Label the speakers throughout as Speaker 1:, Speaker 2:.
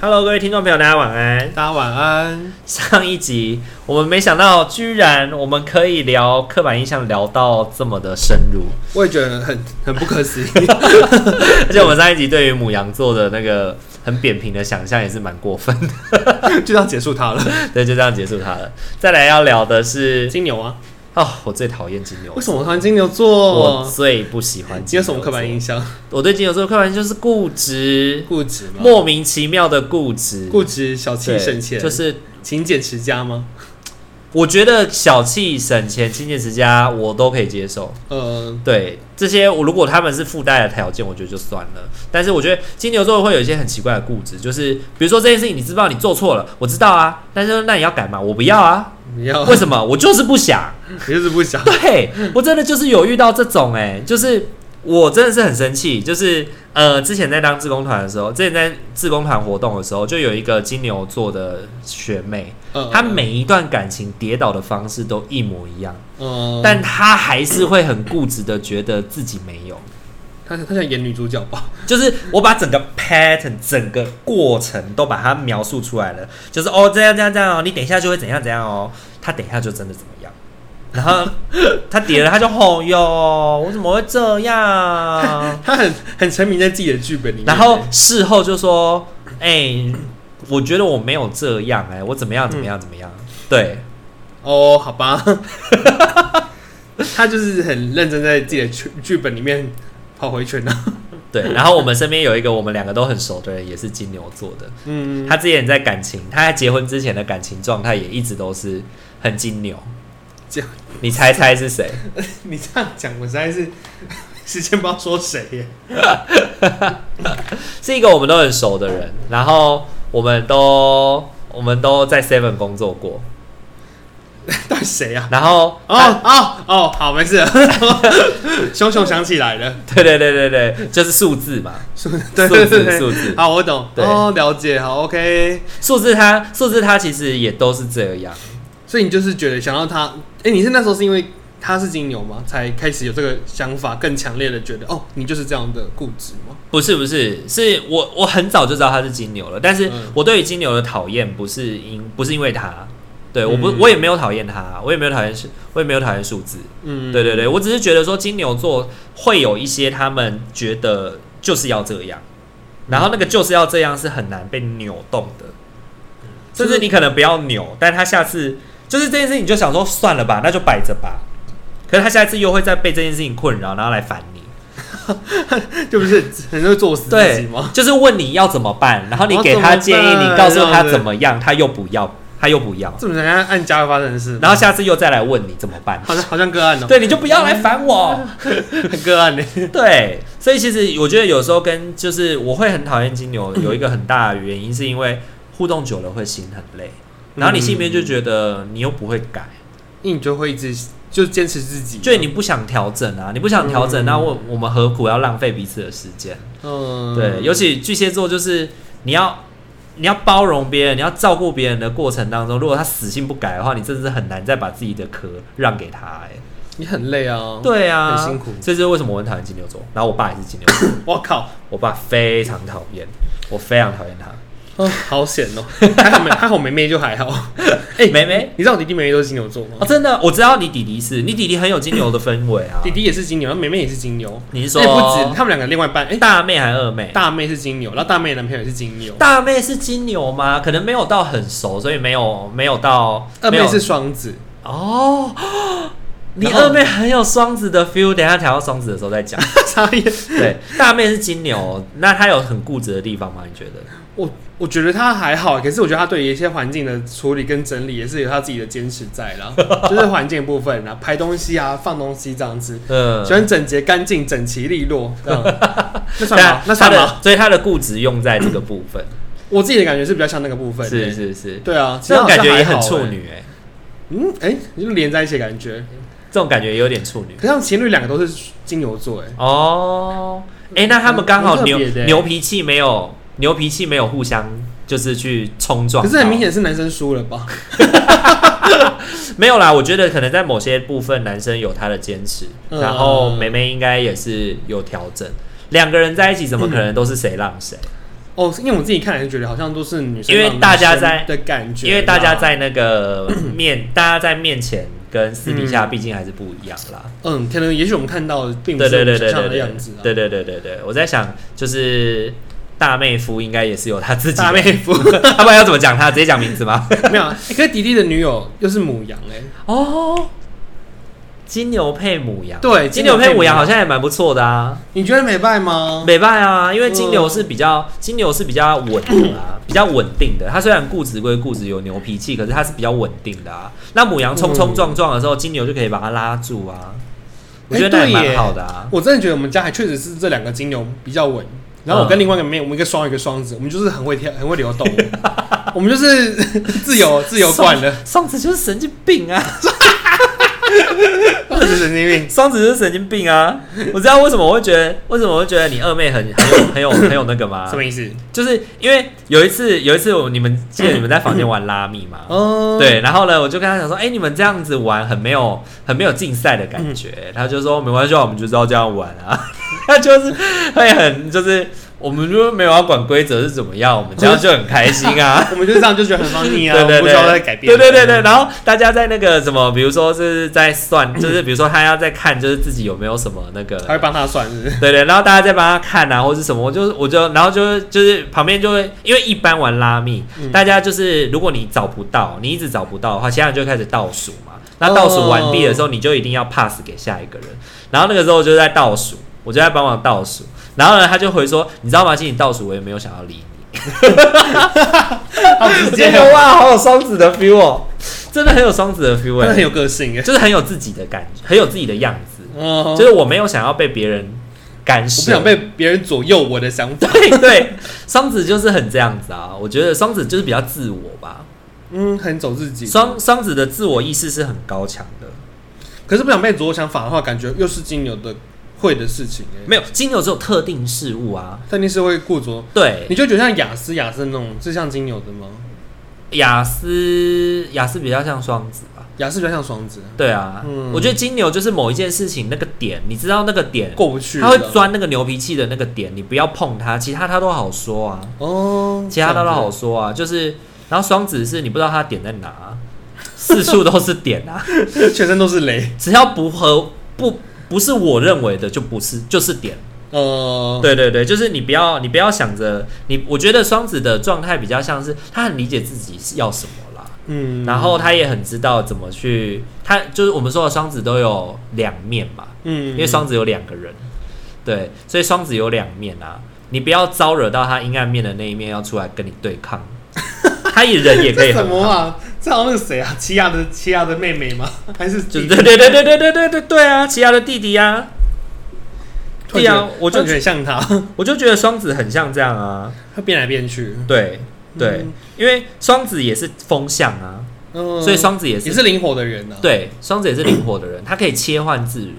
Speaker 1: Hello，各位听众朋友，大家晚安。
Speaker 2: 大家晚安。
Speaker 1: 上一集我们没想到，居然我们可以聊刻板印象聊到这么的深 入，
Speaker 2: 我也觉得很很不可思议。
Speaker 1: 而且我们上一集对于母羊座的那个很扁平的想象也是蛮过分的。
Speaker 2: 就要结束它了。
Speaker 1: 对，就这样结束它了。再来要聊的是，
Speaker 2: 金牛啊，
Speaker 1: 哦，我最讨厌金牛
Speaker 2: 为，什么我讨厌金牛
Speaker 1: 我
Speaker 2: 座？
Speaker 1: 最不喜欢
Speaker 2: 你
Speaker 1: 金
Speaker 2: 有
Speaker 1: 牛。
Speaker 2: 什么刻板印
Speaker 1: 象？
Speaker 2: 象？
Speaker 1: 我对金牛座的刻板印象就是固执，
Speaker 2: 固执吗？
Speaker 1: 莫名其妙的固执，
Speaker 2: 嗯固执、小气、
Speaker 1: 对
Speaker 2: 省钱，
Speaker 1: 就是
Speaker 2: 勤俭持家吗？
Speaker 1: 我觉得小气、省钱、勤俭持家，我都可以接受。
Speaker 2: 呃，
Speaker 1: 对这些，我如果他们是附带的条件，我觉得就算了。但是我觉得金牛座会有一些很奇怪的固执，就是比如说这件事情你知道你做错了，我知道啊，但是那你要改嘛，我不要啊，
Speaker 2: 你要，
Speaker 1: 为什么？我就是不想。
Speaker 2: 你就是不想。
Speaker 1: 对我真的就是有遇到这种哎、就是我真的是很生气，就是呃，之前在当志工团的时候，之前在志工团活动的时候，就有一个金牛座的学妹，
Speaker 2: 呃
Speaker 1: 她每一段感情跌倒的方式都一模一样，
Speaker 2: 呃，
Speaker 1: 但她还是会很固执的觉得自己没有。
Speaker 2: 他他想演女主角吧？
Speaker 1: 就是我把整个 pattern 整个过程都把它描述出来了，就是哦这样这样这样哦，你等一下就会怎样怎样哦，他等一下就真的怎么样，然后 他跌了他就吼哟，我怎么会这样？
Speaker 2: 他很很沉迷在自己的剧本里面。
Speaker 1: 然后事后就说，哎、我觉得我没有这样哎、我怎么样怎么样怎么样？对，
Speaker 2: 哦，好吧，他就是很认真在自己的剧剧本里面跑回圈啊。
Speaker 1: 对，然后我们身边有一个我们两个都很熟的人，也是金牛座的，
Speaker 2: 嗯，
Speaker 1: 他之前在感情，他在结婚之前的感情状态也一直都是很金牛。
Speaker 2: 这样
Speaker 1: 你猜猜 是谁？
Speaker 2: 你这样讲，我实在是 时间不知道说谁耶。
Speaker 1: 是一个我们都很熟的人，然后我们都我们都在 Seven 工作过，
Speaker 2: 到底谁啊？
Speaker 1: 然后
Speaker 2: 哦
Speaker 1: 他
Speaker 2: 哦哦，好，没事。 熊熊想起来 了，
Speaker 1: 对对对对对，就是数字嘛，
Speaker 2: 数
Speaker 1: 数
Speaker 2: 对对对
Speaker 1: 字
Speaker 2: 对，
Speaker 1: 数字
Speaker 2: 好，我懂。
Speaker 1: 对
Speaker 2: 哦，了解，好，OK。
Speaker 1: 数字他数字他其实也都是这样，
Speaker 2: 所以你就是觉得想到他，哎、你是那时候是因为他是金牛吗？才开始有这个想法，更强烈的觉得，哦，你就是这样的固执吗？
Speaker 1: 不是不是，是我我很早就知道他是金牛了，但是
Speaker 2: 嗯
Speaker 1: 我对于金牛的讨厌不是因不是因为他，对我不、
Speaker 2: 嗯
Speaker 1: 我也没有讨厌他，我也没有讨厌数我也没有讨厌数字，
Speaker 2: 嗯，
Speaker 1: 对对对，我只是觉得说金牛座会有一些他们觉得就是要这样，然后那个就是要这样是很难被扭动的，甚至你可能不要扭，但他下次就是这件事情你就想说算了吧，那就摆着吧。可是他下一次又会再被这件事情困扰，然后来烦你，
Speaker 2: 就不是很会作死自己
Speaker 1: 对
Speaker 2: 吗？，
Speaker 1: 就是问你要怎么办，然后你给他建
Speaker 2: 我
Speaker 1: 议，
Speaker 2: 怎么办
Speaker 1: 你告诉他怎么样，他又不要，他又不要，
Speaker 2: 这么想要按家会发生的事吗，
Speaker 1: 然后下次又再来问你怎么办，
Speaker 2: 好像好像个案哦、
Speaker 1: 对，你就不要来烦我。
Speaker 2: 个案呢、
Speaker 1: 对，所以其实我觉得有时候跟就是我会很讨厌金牛，
Speaker 2: 嗯
Speaker 1: 有一个很大的原因是因为互动久了会心很累，然后你心里面就觉得你又不会改，
Speaker 2: 嗯因为你就会一直就坚持自己，
Speaker 1: 就你不想调整啊，你不想调整，那我我们何苦要浪费彼此的时间？
Speaker 2: 嗯，
Speaker 1: 对，尤其巨蟹座就是你要。你要包容别人，你要照顾别人的过程当中，如果他死性不改的话，你真的是很难再把自己的壳让给他、欸。
Speaker 2: 你很累啊，，
Speaker 1: 对啊，
Speaker 2: 很辛苦
Speaker 1: 这就是为什么我很讨厌金牛座，然后我爸也是金牛座。
Speaker 2: 我靠，
Speaker 1: 我爸非常讨厌，我非常讨厌他。
Speaker 2: 哦，好险哦、还好没还好妹妹就 还好，哎、
Speaker 1: 妹妹
Speaker 2: 你知道我弟弟妹妹都是金牛座吗？
Speaker 1: 哦，真的，我知道你弟弟是你弟弟很有金牛的氛围啊。
Speaker 2: 弟，弟也是金牛，然后妹妹也是金牛，
Speaker 1: 你是
Speaker 2: 哎不
Speaker 1: 说
Speaker 2: 止，他们两个另外一半，哎、
Speaker 1: 大妹还是二妹？
Speaker 2: 大妹是金牛，然后大妹的男朋友也是金牛，
Speaker 1: 大妹是金牛吗？可能没有到很熟，所以没有没有到
Speaker 2: 二
Speaker 1: 没
Speaker 2: 妹
Speaker 1: 有
Speaker 2: 是双子，
Speaker 1: 哦。 你
Speaker 2: 然后
Speaker 1: 二妹很有双子的 feel，等一下谈到双子的时候再 讲。
Speaker 2: 傻眼。
Speaker 1: 对，大妹是金牛，那她有很固执的地方吗？你觉得？
Speaker 2: 我我觉得他还好，可是我觉得他对于一些环境的处理跟整理也是有他自己的坚持在 啦，就是环境部分啊，排东西啊，放东西这样子，
Speaker 1: 嗯
Speaker 2: 喜，欢整洁、干净、整齐、利落这 样。那算吗？
Speaker 1: 但
Speaker 2: 那
Speaker 1: 啊她
Speaker 2: 算吗？
Speaker 1: 的，所以她的固执用在这个部分，
Speaker 2: 我自己的感觉是比较像那个部分、
Speaker 1: 是
Speaker 2: 欸
Speaker 1: 是是，
Speaker 2: 对啊，
Speaker 1: 这种感觉也很
Speaker 2: 其他好
Speaker 1: 处
Speaker 2: 像还好欸。
Speaker 1: 女哎，
Speaker 2: 嗯，哎、就连在一起的感觉。
Speaker 1: 这种感觉也有点处女
Speaker 2: 可像情侣两个都是金牛座、哎，
Speaker 1: 哦。哎，那他们刚
Speaker 2: 蛮
Speaker 1: 好
Speaker 2: 嗯特
Speaker 1: 牛
Speaker 2: 别的欸
Speaker 1: 牛脾气没有牛脾气没有互相就是去冲撞
Speaker 2: 可
Speaker 1: 到，
Speaker 2: 是很明显是男生输了吧？
Speaker 1: 没有啦，我觉得可能在某些部分，男生有他的坚持，
Speaker 2: 嗯
Speaker 1: 然后妹妹应该也是有调整。两个人在一起，怎么可能都是谁让谁？
Speaker 2: 哦，因为我自己看来就觉得好像都是女生，
Speaker 1: 因为大家在
Speaker 2: 的感觉啦，
Speaker 1: 因为大家在那个面，大家在面前跟私底下，毕竟还是不一样啦。
Speaker 2: 嗯，可能也许我们看到的并不
Speaker 1: 对
Speaker 2: 是
Speaker 1: 对
Speaker 2: 想
Speaker 1: 对对
Speaker 2: 象
Speaker 1: 对
Speaker 2: 的
Speaker 1: 对
Speaker 2: 样子啊。
Speaker 1: 对对对对对，我在想，就是大妹夫应该也是有他自己的
Speaker 2: 大妹，夫
Speaker 1: 要不然要怎么 讲他？直接讲名字吗？
Speaker 2: 没有啊，欸可是迪迪的女友又是母羊哎、
Speaker 1: 哦，金牛配母羊，
Speaker 2: 对
Speaker 1: 金牛
Speaker 2: 金牛配
Speaker 1: 配母羊
Speaker 2: 母羊哦
Speaker 1: 好像也蛮不错的啊。
Speaker 2: 你觉得美拜吗？
Speaker 1: 没办啊，因为金
Speaker 2: 哦
Speaker 1: 牛是比较金牛是比较稳的啊，比较稳定的。它虽然固执归固执，有牛脾气，可是它是比较稳定的啊。那母羊冲冲撞撞的时候，金牛就可以把它拉住啊。我觉得那也蛮好的啊。
Speaker 2: 哎我真的觉得我们家还确实是这两个金牛比较稳，然后我跟另外一个妹，我们一个双一个双子，我们就是很会跳，很会流动，我们就是自由自由惯的，
Speaker 1: 双，双子就是神经病啊！
Speaker 2: 这是神经 病。
Speaker 1: 双子就是神经病啊！我知道为什么我会觉得，为什么我会觉得你二妹很很有很有很有那个吗
Speaker 2: 什？么意思？
Speaker 1: 就是因为有一次有一次我你们记得你们在房间玩拉密吗？
Speaker 2: 嗯，
Speaker 1: 对，然后呢，我就跟他讲说，哎、你们这样子玩很没有很没有竞赛的感觉。他就说没关系啊，我们就是要这样玩啊。 他就是会很就是，我们就没有要管规则是怎么样，我们这样就很开心 啊。
Speaker 2: 我们就是这样，就觉得很方便啊，
Speaker 1: 对对
Speaker 2: 我们不
Speaker 1: 对，
Speaker 2: 需要再改变。
Speaker 1: 对对对对，，然后大家在那个什么，比如说是在算，就是比如说他要在看，就是自己有没有什么那个
Speaker 2: 他会帮他算是不是
Speaker 1: 对对，然后大家再帮他看啊，或是什么，我就我就然后就就是旁边就会，因为一般玩拉密，
Speaker 2: 嗯
Speaker 1: 大家就是如果你找不到，你一直找不到的话，其他人就开始倒数嘛。那倒数完毕的时候，你就一定要 pass 给下一个人。然后那个时候我就在倒数，我就在帮忙倒数。然后呢，他就回说：“你知道吗？其实你倒数，我也没有想要理你。
Speaker 2: 他直”接
Speaker 1: 真的哇，好有双子的 feel 哦， 真的很有双子的 feel，、
Speaker 2: 真
Speaker 1: 欸、
Speaker 2: 的很有个性哎。
Speaker 1: 就是很有自己的感觉，很有自己的样子。
Speaker 2: 嗯，我
Speaker 1: 就
Speaker 2: 不
Speaker 1: 是我没有想要被别人干涉，
Speaker 2: 想被别人左右我的想法。
Speaker 1: 对对，双子就是很这样子啊。我觉得双子就是比较自我吧，
Speaker 2: 嗯，很走自己。
Speaker 1: 双双子的自我意识是很高强的。
Speaker 2: 可是不想被左右想法的话，感觉又是金牛的会的事情哎、欸。
Speaker 1: 没有金牛只有特定事物啊。
Speaker 2: 但你是会固着，
Speaker 1: 对，
Speaker 2: 你就觉得像雅思、雅思那种是像金牛的吗？
Speaker 1: 雅思雅思比较像双子吧。
Speaker 2: 雅思比较像双子，
Speaker 1: 对啊，
Speaker 2: 嗯
Speaker 1: 我觉得金牛就是某一件事情那个点，你知道那个点，
Speaker 2: 过不去，
Speaker 1: 他会钻那个牛脾气的那个点，你不要碰他，其他他都好说啊，
Speaker 2: 哦，
Speaker 1: 其他他都好
Speaker 2: 这样子
Speaker 1: 说啊，就是然后双子是你不知道他的点在哪啊，四处都是点啊。
Speaker 2: 全身都是雷，
Speaker 1: 只要不合不不是我认为的，就不是就是点。
Speaker 2: 呃，
Speaker 1: 对对对，就是你不要你不要想着你，我觉得双子的状态比较像是他很理解自己是要什么啦，
Speaker 2: 嗯，
Speaker 1: 然后他也很知道怎么去，他就是我们说的双子都有两面嘛，
Speaker 2: 嗯，
Speaker 1: 因为双子有两个人，对，所以双子有两面啊，你不要招惹到他阴暗面的那一面要出来跟你对抗， 他也人也可以
Speaker 2: 这什
Speaker 1: 很
Speaker 2: 么啊？这好像那个谁啊，奇亚的奇亚的妹妹吗？ 还是
Speaker 1: 就是对对对对对对对对对啊，其他的弟弟啊，对啊
Speaker 2: 突然觉得
Speaker 1: 我就
Speaker 2: 突然觉得像他，
Speaker 1: 我就觉得双子很像这样啊，
Speaker 2: 他变来变去，
Speaker 1: 对对，因为双子也是风向啊，
Speaker 2: 嗯，
Speaker 1: 所以双子也是
Speaker 2: 也是灵活的人呐、啊。
Speaker 1: 对双子也是灵活的人，他可以切换自如，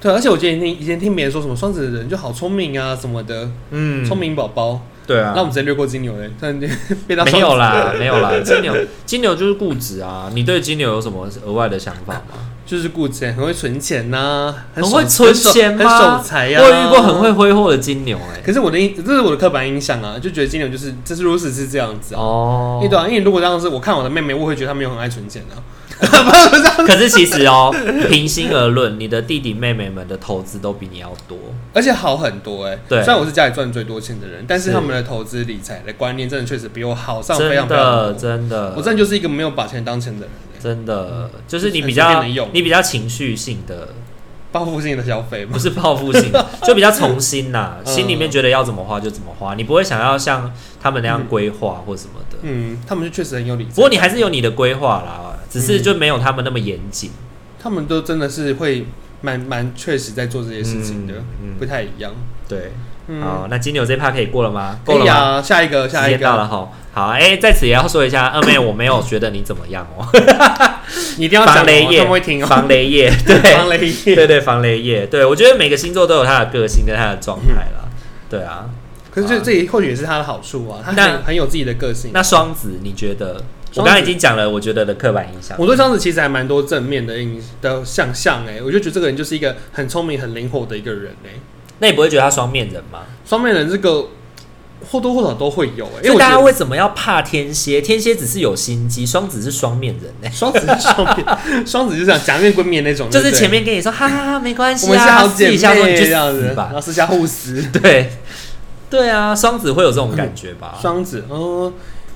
Speaker 2: 对，而且我觉得你以前听别人说什么双子的人就好聪明啊什么的，
Speaker 1: 嗯
Speaker 2: 聪、，明宝宝。
Speaker 1: 对啊
Speaker 2: 那、我，们直接略过金牛嘞，突然间 变到
Speaker 1: 没有啊
Speaker 2: 双子
Speaker 1: 啦，没有啦，金牛金牛就是固执啊，你对金牛有什么额外的想法吗？
Speaker 2: 就是顾钱，很会存钱呐、很
Speaker 1: 很
Speaker 2: 守
Speaker 1: 会存
Speaker 2: 很
Speaker 1: 钱
Speaker 2: 守很
Speaker 1: 吗？
Speaker 2: 守财啊呀、
Speaker 1: 我有遇过很会。挥霍的金牛哎、
Speaker 2: 可是我的印，这是我的刻板印象啊，就觉得金牛就是就是如此是这样子啊。
Speaker 1: 哦
Speaker 2: 你，懂、啊？因为如果当时我看我的妹妹，我会觉得她没有很爱存钱啊。
Speaker 1: 可 是其实哦，平心而论，你的弟弟妹妹们的投资都比你要多，
Speaker 2: 而且好很多哎、
Speaker 1: 对
Speaker 2: 虽然我是家里赚最多钱的人，但是
Speaker 1: 是
Speaker 2: 他们的投资理财的观念真的确实比我好上非
Speaker 1: 真
Speaker 2: 常非常
Speaker 1: 的
Speaker 2: 多。
Speaker 1: 真的，
Speaker 2: 我真的就是一个没有把钱当钱的人、
Speaker 1: 真的就是你
Speaker 2: 很
Speaker 1: 比
Speaker 2: 随便
Speaker 1: 较
Speaker 2: 能用
Speaker 1: 你比较情绪性的，
Speaker 2: 报复性的消费嘛
Speaker 1: 不。是报 复性，就比较从心呐、
Speaker 2: 嗯
Speaker 1: 心里面觉得要怎么花就怎么花，你不会想要像他们那样规划或什么的。
Speaker 2: 嗯，他们就确实很有理智。
Speaker 1: 不过你还是有你的规划啦，只
Speaker 2: 嗯
Speaker 1: 是就没有他们那么严谨。
Speaker 2: 他们都真的是会蛮蛮确实在做这些事情的，
Speaker 1: 嗯嗯
Speaker 2: 不太一样。
Speaker 1: 对，好
Speaker 2: 嗯，，
Speaker 1: 那金牛这一趴可以过了吗？
Speaker 2: 可
Speaker 1: 够了
Speaker 2: 以
Speaker 1: 吗？
Speaker 2: 啊，下一个，下一
Speaker 1: 时间到了
Speaker 2: 个，
Speaker 1: 哈，好，哎、在此也要说一下，二妹，我没有觉得你怎么样哦，
Speaker 2: 你一定要讲、哦，
Speaker 1: 防雷
Speaker 2: 他
Speaker 1: 业
Speaker 2: 们会听哦、
Speaker 1: 防雷业，
Speaker 2: 防
Speaker 1: 对，
Speaker 2: 雷业。
Speaker 1: 对对，防雷业，对我觉得每个星座都有它的个性跟它的状态啦，
Speaker 2: 嗯
Speaker 1: 对啊，
Speaker 2: 可是这这也或许也是他的好处啊，他
Speaker 1: 那
Speaker 2: 很很有自己的个性。
Speaker 1: 那双子，你觉得？我
Speaker 2: 双子
Speaker 1: 刚才已经讲了，我觉得的刻板印象。
Speaker 2: 我对双子其实还蛮多正面的印的想象哎，我就觉得这个人就是一个很聪明、很灵活的一个人哎、
Speaker 1: 那你不会觉得他双面人吗？
Speaker 2: 双面人这个或多或少都会有哎、因为
Speaker 1: 所以
Speaker 2: 我
Speaker 1: 大
Speaker 2: 觉
Speaker 1: 家
Speaker 2: 得
Speaker 1: 为什么要怕天蝎？天蝎只是有心机，双子是双面人呢、
Speaker 2: 双子是双 面，双子就这样假面闺蜜的那种，
Speaker 1: 就是
Speaker 2: 对不对
Speaker 1: 前面跟你说哈哈哈没关
Speaker 2: 我
Speaker 1: 系
Speaker 2: 们是
Speaker 1: 啊，
Speaker 2: 好
Speaker 1: 私
Speaker 2: 姐
Speaker 1: 底
Speaker 2: 妹
Speaker 1: 下说你去
Speaker 2: 这样子
Speaker 1: 死，
Speaker 2: 然
Speaker 1: 吧。
Speaker 2: 后私下互撕。
Speaker 1: 对，对啊，双子会有这种感觉吧？
Speaker 2: 双子，哦，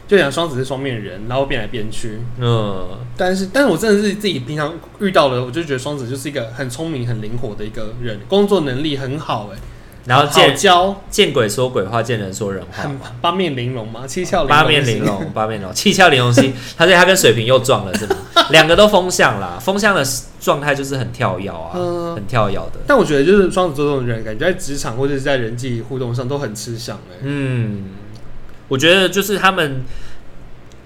Speaker 2: 就讲双子是双面人，然后变来变去。
Speaker 1: 嗯，
Speaker 2: 但是，但是我真的是自己平常遇到的，我就觉得双子就是一个很聪明、很灵活的一个人，工作能力很好、哎，
Speaker 1: 然后
Speaker 2: 好
Speaker 1: 见
Speaker 2: 教，
Speaker 1: 见鬼说鬼话，见人说人话
Speaker 2: 很
Speaker 1: 嘛。
Speaker 2: 八面玲珑嘛，七窍
Speaker 1: 八面玲
Speaker 2: 珑型。
Speaker 1: 珑，八面玲珑，七窍玲珑心。他所以他跟水瓶又撞了，是吗？两个都风向啦，风向的状态就是很跳跃啊，
Speaker 2: 嗯
Speaker 1: 很跳跃的。
Speaker 2: 但我觉得就是双子座这种人，感觉在职场或者是在人际互动上都很吃香、哎，
Speaker 1: 嗯，我觉得就是他们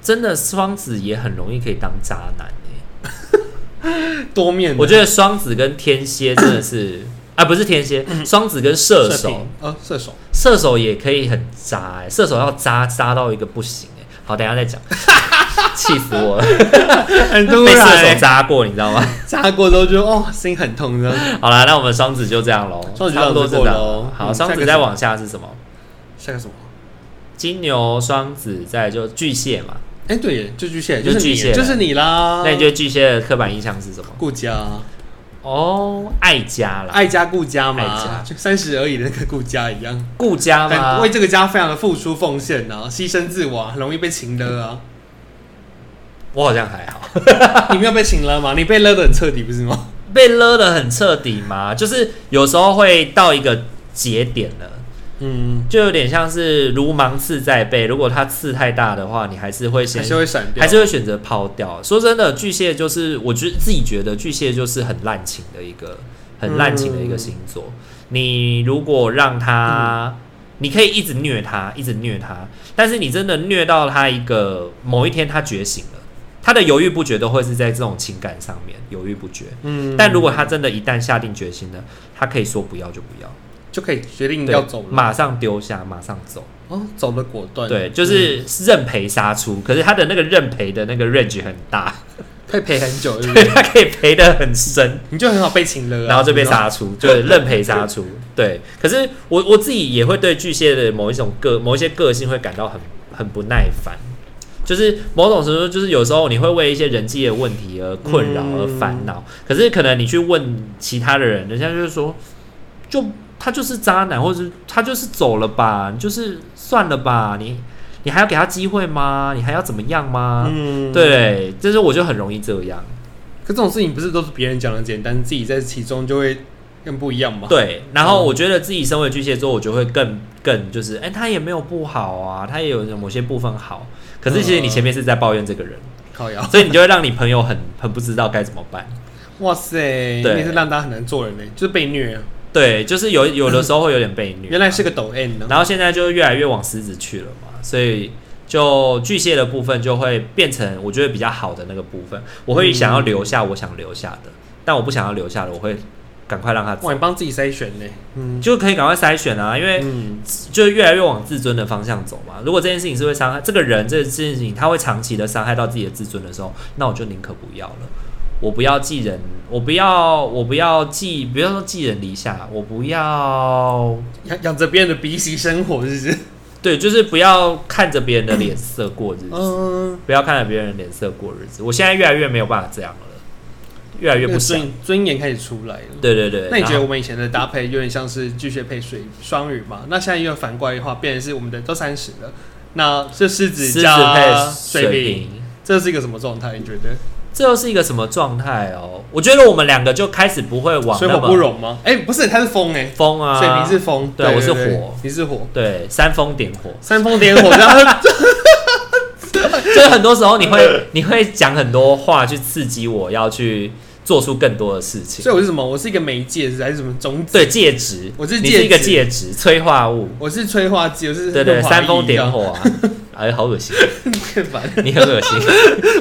Speaker 1: 真的双子也很容易可以当渣男、欸、
Speaker 2: 欸多面。
Speaker 1: 我觉得双子跟天蝎真的是 啊，不是天蝎，双子跟射手
Speaker 2: 瓶，，呃，嗯射手，
Speaker 1: 射手也可以很渣、欸，射手要渣渣到一个不行、欸、好，等一 下再讲，气死我了，
Speaker 2: 很突
Speaker 1: 哎被射手
Speaker 2: 然、
Speaker 1: 渣过，你知道吗？
Speaker 2: 扎过之后就哦，心很痛的。
Speaker 1: 好啦，那我们双子就这样喽，
Speaker 2: 双子就
Speaker 1: 差不多
Speaker 2: 这
Speaker 1: 是
Speaker 2: 样子
Speaker 1: 这样
Speaker 2: 过咯
Speaker 1: 咯。好，
Speaker 2: 嗯
Speaker 1: 双
Speaker 2: 下
Speaker 1: 子
Speaker 2: 个
Speaker 1: 再
Speaker 2: 是
Speaker 1: 往下是什么？
Speaker 2: 下个什么？
Speaker 1: 金牛、双子，再来就巨蟹嘛。
Speaker 2: 哎、对耶，就巨蟹，
Speaker 1: 就是巨
Speaker 2: 你
Speaker 1: 蟹
Speaker 2: 就是你啦。
Speaker 1: 那你觉得巨蟹的刻板印象是什么？
Speaker 2: 顾家，
Speaker 1: 哦，爱家啦，
Speaker 2: 爱家顾家嘛，
Speaker 1: 爱家
Speaker 2: 就三十而已的那个顾家一样，
Speaker 1: 顾家
Speaker 2: 很
Speaker 1: 吗
Speaker 2: 为？这个家非常的付出奉献啊，牺牲自我啊，很容易被情勒啊。
Speaker 1: 我好像还好，
Speaker 2: 你没有被情勒吗？你被勒的很彻底，不是吗？
Speaker 1: 被勒得很彻底嘛，就是有时候会到一个节点了，
Speaker 2: 嗯，
Speaker 1: 就有点像是如芒刺在背，如果它刺太大的话，你还是会先
Speaker 2: 还是会闪掉，
Speaker 1: 还是会选择抛掉。说真的，巨蟹就是我觉得自己觉得巨蟹就是很滥情的一个很滥情的一个星座。
Speaker 2: 嗯
Speaker 1: 你如果让他，你可以一直虐他，一直虐他，但是你真的虐到他一个某一天他觉醒了，他的犹豫不决都会是在这种情感上面犹豫不决。
Speaker 2: 嗯
Speaker 1: 但如果他真的一旦下定决心了，他可以说不要就不要，
Speaker 2: 就可以决定
Speaker 1: 对
Speaker 2: 嗯要走了，
Speaker 1: 马上丢下，马上走。
Speaker 2: 哦，走的果断，嗯
Speaker 1: 对，就是认赔杀出，可是他的那个认赔的那个 range 很大。
Speaker 2: 可以陪很久，对不
Speaker 1: 对
Speaker 2: 对？
Speaker 1: 他可以赔的很深，
Speaker 2: 你就很好被情勒啊，
Speaker 1: 然后就被
Speaker 2: 你知道吗。
Speaker 1: 杀出，就是认赔杀 出。对，可是我我自己也会对巨蟹的某一种个某一些个性会感到很很不耐烦，就是某种程度就是有时候你会为一些人际的问题而困扰
Speaker 2: 嗯
Speaker 1: 而烦恼，可是可能你去问其他的人，人家就是说，就他就是渣男，或者是他就是走了吧，你就是算了吧，你你还要给他机会吗？你还要怎么样吗？
Speaker 2: 嗯，。
Speaker 1: 对，就是我就很容易这样。
Speaker 2: 可这种事情不是都是别人讲的简单，自己在其中就会更不一样嘛。，
Speaker 1: 对，然后
Speaker 2: 嗯
Speaker 1: 我觉得自己身为巨蟹座，我就会更更就是，哎、他也没有不好啊，他也有某些部分好，可是其实你前面是在抱怨这个人，
Speaker 2: 靠摇。
Speaker 1: 所以你就会让你朋友很很不知道该怎么办。
Speaker 2: 哇塞，
Speaker 1: 对
Speaker 2: 你也是让大家很难做人呢，就是被虐啊。
Speaker 1: 对，就是有有的时候会有点被虐，
Speaker 2: 原来是个抖 N 呢、
Speaker 1: 然后现在就越来越往狮子去了嘛，所以就巨蟹的部分就会变成我觉得比较好的那个部分，我会想要留下我想留下的，但我不想要留下的，我会赶快让他走，
Speaker 2: 哇，你帮自己筛选呢、嗯，
Speaker 1: 就可以赶快筛选啊，因为。
Speaker 2: 嗯，
Speaker 1: 就越来越往自尊的方向走嘛。如果这件事情是会伤害这个人，这件事情他会长期的伤害到自己的自尊的时候，那我就宁可不要了。我不要寄人，我不要，我不要寄，不要说寄人篱下，我不要，
Speaker 2: 养养着别人的鼻息生活，是不是？
Speaker 1: 对，就是不要看着别人的脸色过日子，
Speaker 2: 嗯，
Speaker 1: 不要看着别人的脸色过日子。我现在越来越没有办法这样了，越来越
Speaker 2: 那
Speaker 1: 不
Speaker 2: 个
Speaker 1: 想。
Speaker 2: 尊尊严开始出来了。
Speaker 1: 对对对，
Speaker 2: 那你觉得
Speaker 1: 然
Speaker 2: 我
Speaker 1: 后
Speaker 2: 们以前的搭配有点像是巨蟹配水双鱼嘛？那现在又反过来的话，变成是我们的都三十了，那这狮
Speaker 1: 狮
Speaker 2: 子
Speaker 1: 子
Speaker 2: 加
Speaker 1: 配
Speaker 2: 水
Speaker 1: 水
Speaker 2: 瓶，
Speaker 1: 瓶？
Speaker 2: 这是一个什么状态？你觉得？
Speaker 1: 这又是一个什么状态哦？我觉得我们两个就开始不会往
Speaker 2: 水
Speaker 1: 那
Speaker 2: 火不
Speaker 1: 么
Speaker 2: 容吗？哎、不是，它是风哎、
Speaker 1: 风啊，
Speaker 2: 水瓶是风，
Speaker 1: 对我是火，
Speaker 2: 你是火，
Speaker 1: 对煽风点火，
Speaker 2: 煽风点火，然后
Speaker 1: 就是很多时候你 会你会讲很多话去刺激我要去做出更多的事情
Speaker 2: 所。以我是什么？我是一个媒介还是什么种子？
Speaker 1: 对介质，
Speaker 2: 我是
Speaker 1: 你
Speaker 2: 介
Speaker 1: 是一个
Speaker 2: 质
Speaker 1: 介质催化物，
Speaker 2: 我是催化剂，我是
Speaker 1: 对对，
Speaker 2: 润滑
Speaker 1: 煽风
Speaker 2: 液
Speaker 1: 点火 啊，哎，好恶心，
Speaker 2: 这样，烦
Speaker 1: 你很恶 心。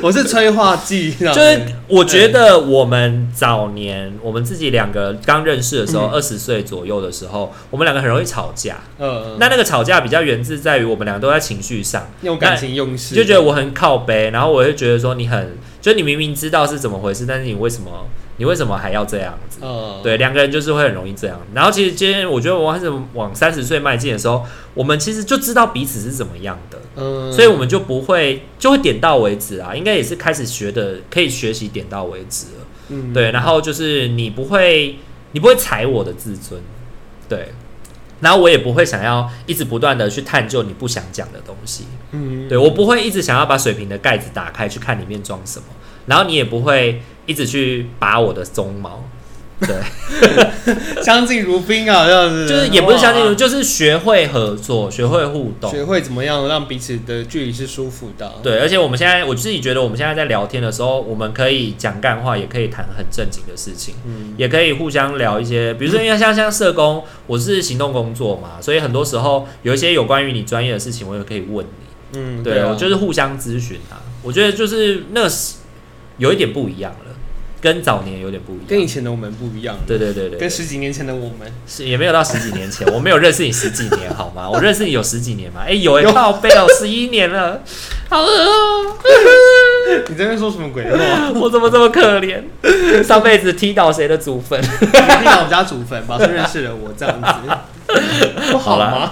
Speaker 2: 我是催化剂，就
Speaker 1: 就是我觉得我们早年我们自己两个刚认识的时候，
Speaker 2: 嗯
Speaker 1: 二十岁左右的时候，我们两个很容易吵架。
Speaker 2: 呃，
Speaker 1: 那那个吵架比较源自在于我们两个都在情绪上，
Speaker 2: 用感情用事，
Speaker 1: 你就觉得我很靠背，然后我会觉得说你很，就是你明明知道是怎么回事，但是你为什么你为什么还要这样子？
Speaker 2: 呃，
Speaker 1: 对，两个人就是会很容易这样。然后其实今天我觉得我开始往三十岁迈进的时候，我们其实就知道彼此是怎么样的。
Speaker 2: 嗯，
Speaker 1: 所以我们就不会就会点到为止啊，应该也是开始学的，可以学习点到为止了。
Speaker 2: 嗯，
Speaker 1: 对，然后就是你不会，你不会踩我的自尊，对，然后我也不会想要一直不断的去探究你不想讲的东西，
Speaker 2: 嗯，
Speaker 1: 对我不会一直想要把水瓶的盖子打开去看里面装什么，然后你也不会一直去拔我的鬃毛， 对，
Speaker 2: 相敬如宾啊，这样子，
Speaker 1: 就是也不是相信，
Speaker 2: 哇
Speaker 1: 就是学会合作，学会互动，
Speaker 2: 学会怎么样让彼此的距离是舒服的，，
Speaker 1: 对，而且我们现在我自己觉得，我们现在在聊天的时候，我们可以讲干话，也可以谈很正经的事情，
Speaker 2: 嗯，
Speaker 1: 也可以互相聊一些，比如说因为像像社工，我是行动工作嘛，所以很多时候有一些有关于你专业的事情，我也可以问你。
Speaker 2: 嗯，
Speaker 1: 对，我
Speaker 2: 啊，
Speaker 1: 就是互相咨询啊，我觉得就是那是有一点不一样了，跟早年有点不一
Speaker 2: 跟以
Speaker 1: 样。
Speaker 2: 前的我们不一样，
Speaker 1: 对对对
Speaker 2: 跟
Speaker 1: 对对，
Speaker 2: 十几年前的我 们，
Speaker 1: 是也没有到十几年前， 我没有认识你十几年，好吗？我认识你有十几年吗？哎、有哎、
Speaker 2: 有
Speaker 1: 靠背哦，十一年 了，好恶哦、
Speaker 2: 你在那边说什么鬼啊话？
Speaker 1: 我怎么这么可怜？上辈子踢倒谁的祖坟？
Speaker 2: 你听到我们家祖坟吧，是认识了我这样子， 不好吗？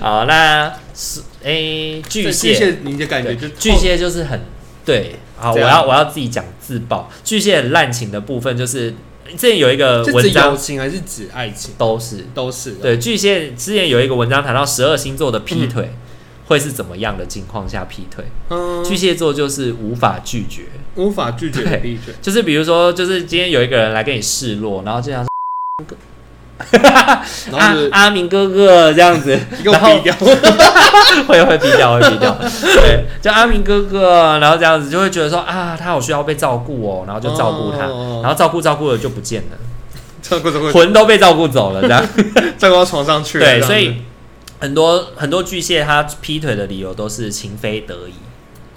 Speaker 1: 好，那是诶、巨
Speaker 2: 巨
Speaker 1: 蟹，
Speaker 2: 你的感觉
Speaker 1: 对
Speaker 2: 就
Speaker 1: 巨蟹就是很对。好，我
Speaker 2: 这样
Speaker 1: 要我要自己讲自爆。巨蟹很滥情的部分就是，之前有一个
Speaker 2: 哦是
Speaker 1: 文
Speaker 2: 指友
Speaker 1: 章
Speaker 2: 情还是指爱情？
Speaker 1: 都是
Speaker 2: 都是的，
Speaker 1: 对巨蟹之前有一个文章谈到十二星座的劈腿、会是怎么样的情况下劈腿，
Speaker 2: 嗯，
Speaker 1: 巨蟹座就是无法拒绝。
Speaker 2: 无法拒绝的
Speaker 1: 对
Speaker 2: 闭嘴。
Speaker 1: 就是比如说，就是今天有一个人来跟你示弱，然后就想说
Speaker 2: 然
Speaker 1: 阿
Speaker 2: 后就是
Speaker 1: 阿明哥哥这样子，
Speaker 2: 你给我
Speaker 1: 啊然后
Speaker 2: 逼掉，
Speaker 1: 会会低调，会低 调。对，就阿明哥哥，然后这样子就会觉得说啊，他好需要被照顾哦，然后就照顾他，
Speaker 2: 哦
Speaker 1: 然后照顾照顾了就不见了，
Speaker 2: 照顾照顾
Speaker 1: 魂都被照顾走了， 这样。
Speaker 2: 照顾到床上去了。
Speaker 1: 对，
Speaker 2: 这样子
Speaker 1: 所以很多很多巨蟹他劈腿的理由都是情非得已，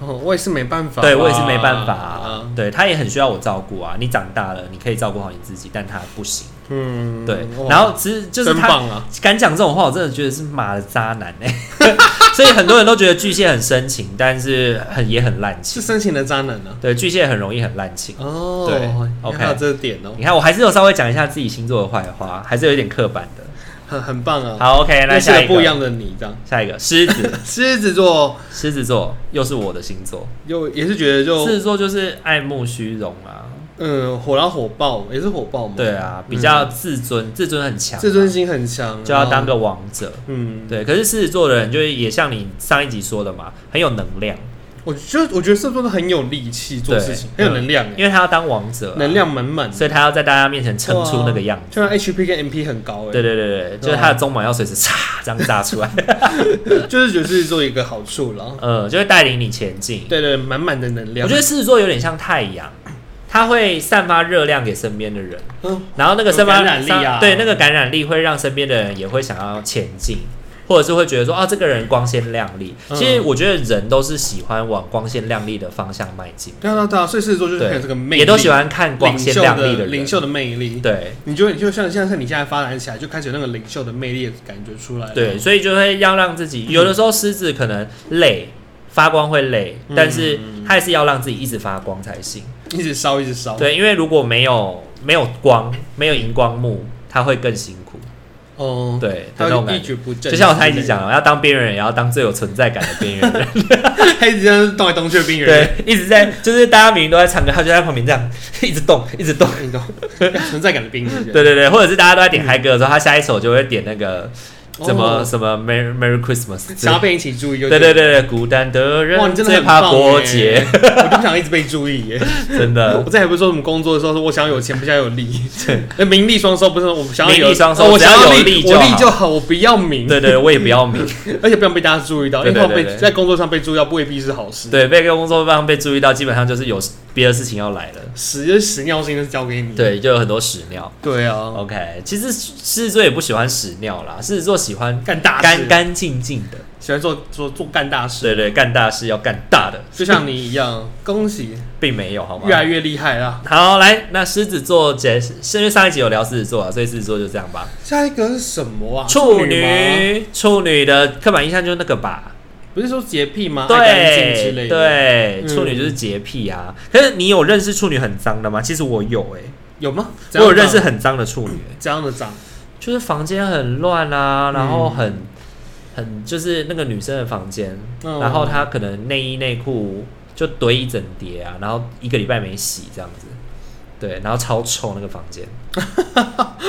Speaker 2: 哦我也是没办法啊，
Speaker 1: 对我也是没办法、
Speaker 2: 啊
Speaker 1: 对他也很需要我照顾啊。你长大了，你可以照顾好你自己，但他不行。
Speaker 2: 嗯，
Speaker 1: 对，
Speaker 2: 哇
Speaker 1: 然后其实就是
Speaker 2: 真
Speaker 1: 他
Speaker 2: 棒啊，
Speaker 1: 敢讲这种话，我真的觉得是妈的渣男哎、 所以很多人都觉得巨蟹很深情，但是很也很滥
Speaker 2: 是
Speaker 1: 情。
Speaker 2: 深情的渣男呢。
Speaker 1: 对，巨蟹很容易很滥情。
Speaker 2: 哦，你
Speaker 1: 对
Speaker 2: 看
Speaker 1: OK
Speaker 2: 到这点哦，
Speaker 1: 你看，我还是有稍微讲一下自己星座的坏话，还是有一点刻板的。
Speaker 2: 很很棒啊。
Speaker 1: 好，OK，那
Speaker 2: 认识
Speaker 1: 下
Speaker 2: 了
Speaker 1: 一
Speaker 2: 不一
Speaker 1: 个，
Speaker 2: 样的你，这样
Speaker 1: 下一个狮子，
Speaker 2: 狮子座
Speaker 1: 狮子座又是我的星座。
Speaker 2: 又也是觉得
Speaker 1: 狮
Speaker 2: 就
Speaker 1: 子座就是爱慕虚荣啊，
Speaker 2: 嗯火狼火爆也是火爆嘛，嗯
Speaker 1: 对，啊，比较自尊，自尊很强啊，
Speaker 2: 自尊心很强，
Speaker 1: 就要当
Speaker 2: 然后
Speaker 1: 个王者。
Speaker 2: 嗯
Speaker 1: 对，可是狮子座的人就是也像你上一集说的嘛，很有能量，
Speaker 2: 我就我觉得射手座很有力气做事情，很
Speaker 1: 对
Speaker 2: 有能量欸，
Speaker 1: 因为他要当王者啊，
Speaker 2: 能量满满，
Speaker 1: 所以他要在大家面前撑出那个样子。
Speaker 2: 就像 HP 跟 MP 很高哎，
Speaker 1: 对对对对，就是他的鬃毛要随时嚓这样炸出来，
Speaker 2: 啊 就是觉得狮子座一个好处了，
Speaker 1: 呃，就会带领你前进。
Speaker 2: 对对，满满的能量，
Speaker 1: 我觉得狮子座有点像太阳，它会散发热量给身边的人，
Speaker 2: 嗯
Speaker 1: 然后那个散发
Speaker 2: 有感染力啊
Speaker 1: 散对，那个感染力会让身边的人也会想要前进，或者是会觉得说啊，这个人光鲜亮丽。
Speaker 2: 嗯
Speaker 1: 其实我觉得人都是喜欢往光鲜亮丽的方向迈进，
Speaker 2: 对啊对啊对啊，所以狮子座就是很有这个魅
Speaker 1: 对，
Speaker 2: 力，
Speaker 1: 也都喜欢看光
Speaker 2: 领
Speaker 1: 鲜
Speaker 2: 袖
Speaker 1: 亮丽
Speaker 2: 的
Speaker 1: 人，
Speaker 2: 领袖的魅力，
Speaker 1: 对。
Speaker 2: 你觉得你就像像是你现在发展起来，就开始有那个领袖的魅力的感觉出来了，
Speaker 1: 对，所以就会要让自
Speaker 2: 嗯
Speaker 1: 己有的时候狮子可能累，发光会累，
Speaker 2: 嗯
Speaker 1: 但是它还是要让自己一直发光才行。
Speaker 2: 一直烧一直烧，
Speaker 1: 对，因为如果没有没有光，没有荧光幕，它会更辛苦。
Speaker 2: 哦，
Speaker 1: 对，的
Speaker 2: 他
Speaker 1: 那种
Speaker 2: 会一
Speaker 1: 感觉。
Speaker 2: 蹶不振，
Speaker 1: 就像我上一集讲了，要当边缘人，也要当最有存在感的 边缘人。
Speaker 2: 对， 他一直这样动来动去的病人，
Speaker 1: 对， 一直在，就是大家明明都在唱歌，他就在旁边这样 一直动，一直动。
Speaker 2: 你懂，存在感的病人，
Speaker 1: 对对对，或者是大家都在点嗨歌的时候，他下一首就会点那个什么
Speaker 2: 哦
Speaker 1: 什么 Merry Merry Christmas，之
Speaker 2: 想
Speaker 1: 类
Speaker 2: 要
Speaker 1: 的
Speaker 2: 被人一起注意就
Speaker 1: 对对对对，孤单的
Speaker 2: 哇，你
Speaker 1: 人
Speaker 2: 真的
Speaker 1: 最
Speaker 2: 很
Speaker 1: 怕
Speaker 2: 棒
Speaker 1: 过
Speaker 2: 耶
Speaker 1: 节，
Speaker 2: 我就不想一直被注意耶。
Speaker 1: 真 的
Speaker 2: 我。这还不是说我们工作的时候，说我想要有钱，不想要有 利， 呃名利双收，不是我们想要有
Speaker 1: 名利双收
Speaker 2: 哦我想
Speaker 1: 只要有利
Speaker 2: 利，
Speaker 1: 就好
Speaker 2: 我利就好，我不要名，
Speaker 1: 对对，我也不要名。
Speaker 2: 而且不想被大家注意到，
Speaker 1: 对
Speaker 2: 因
Speaker 1: 对
Speaker 2: 为被
Speaker 1: 对对
Speaker 2: 在工作上被注意到未必是好事。，
Speaker 1: 对，被工作方被注意到，基本上就是有别的事情要来了。
Speaker 2: 屎就是屎尿性，是交给你。
Speaker 1: 对，就有很多屎尿。
Speaker 2: 对啊，
Speaker 1: OK，其实狮子座也不喜欢屎尿啦，狮子座喜欢
Speaker 2: 干大事
Speaker 1: 干干净净的。
Speaker 2: 喜欢做做做干大事，
Speaker 1: 对对，干大事要干大的，
Speaker 2: 就像你一样，恭喜
Speaker 1: 并没有好吗
Speaker 2: 越？来越厉害啦。
Speaker 1: 好，来，那狮子座解，因为上一集有聊狮子座啊，所以狮子座就这样吧。
Speaker 2: 下一个是什么啊？
Speaker 1: 处
Speaker 2: 吗？
Speaker 1: 女，处女的刻板印象就是那个吧，
Speaker 2: 不是说洁癖吗？爱干净之
Speaker 1: 对
Speaker 2: 类的，
Speaker 1: 对，
Speaker 2: 嗯
Speaker 1: 处女就是洁癖啊。可是你有认识处女很脏的吗？其实我有欸诶、
Speaker 2: 有吗？
Speaker 1: 我有认识很脏的处女、欸
Speaker 2: 这样的长，
Speaker 1: 就是房间很乱啊，然后很、很就是那个女生的房间，
Speaker 2: 嗯
Speaker 1: 然后她可能内衣内裤就堆一整叠啊，然后一个礼拜没洗这样子，对，然后超臭那个房 间，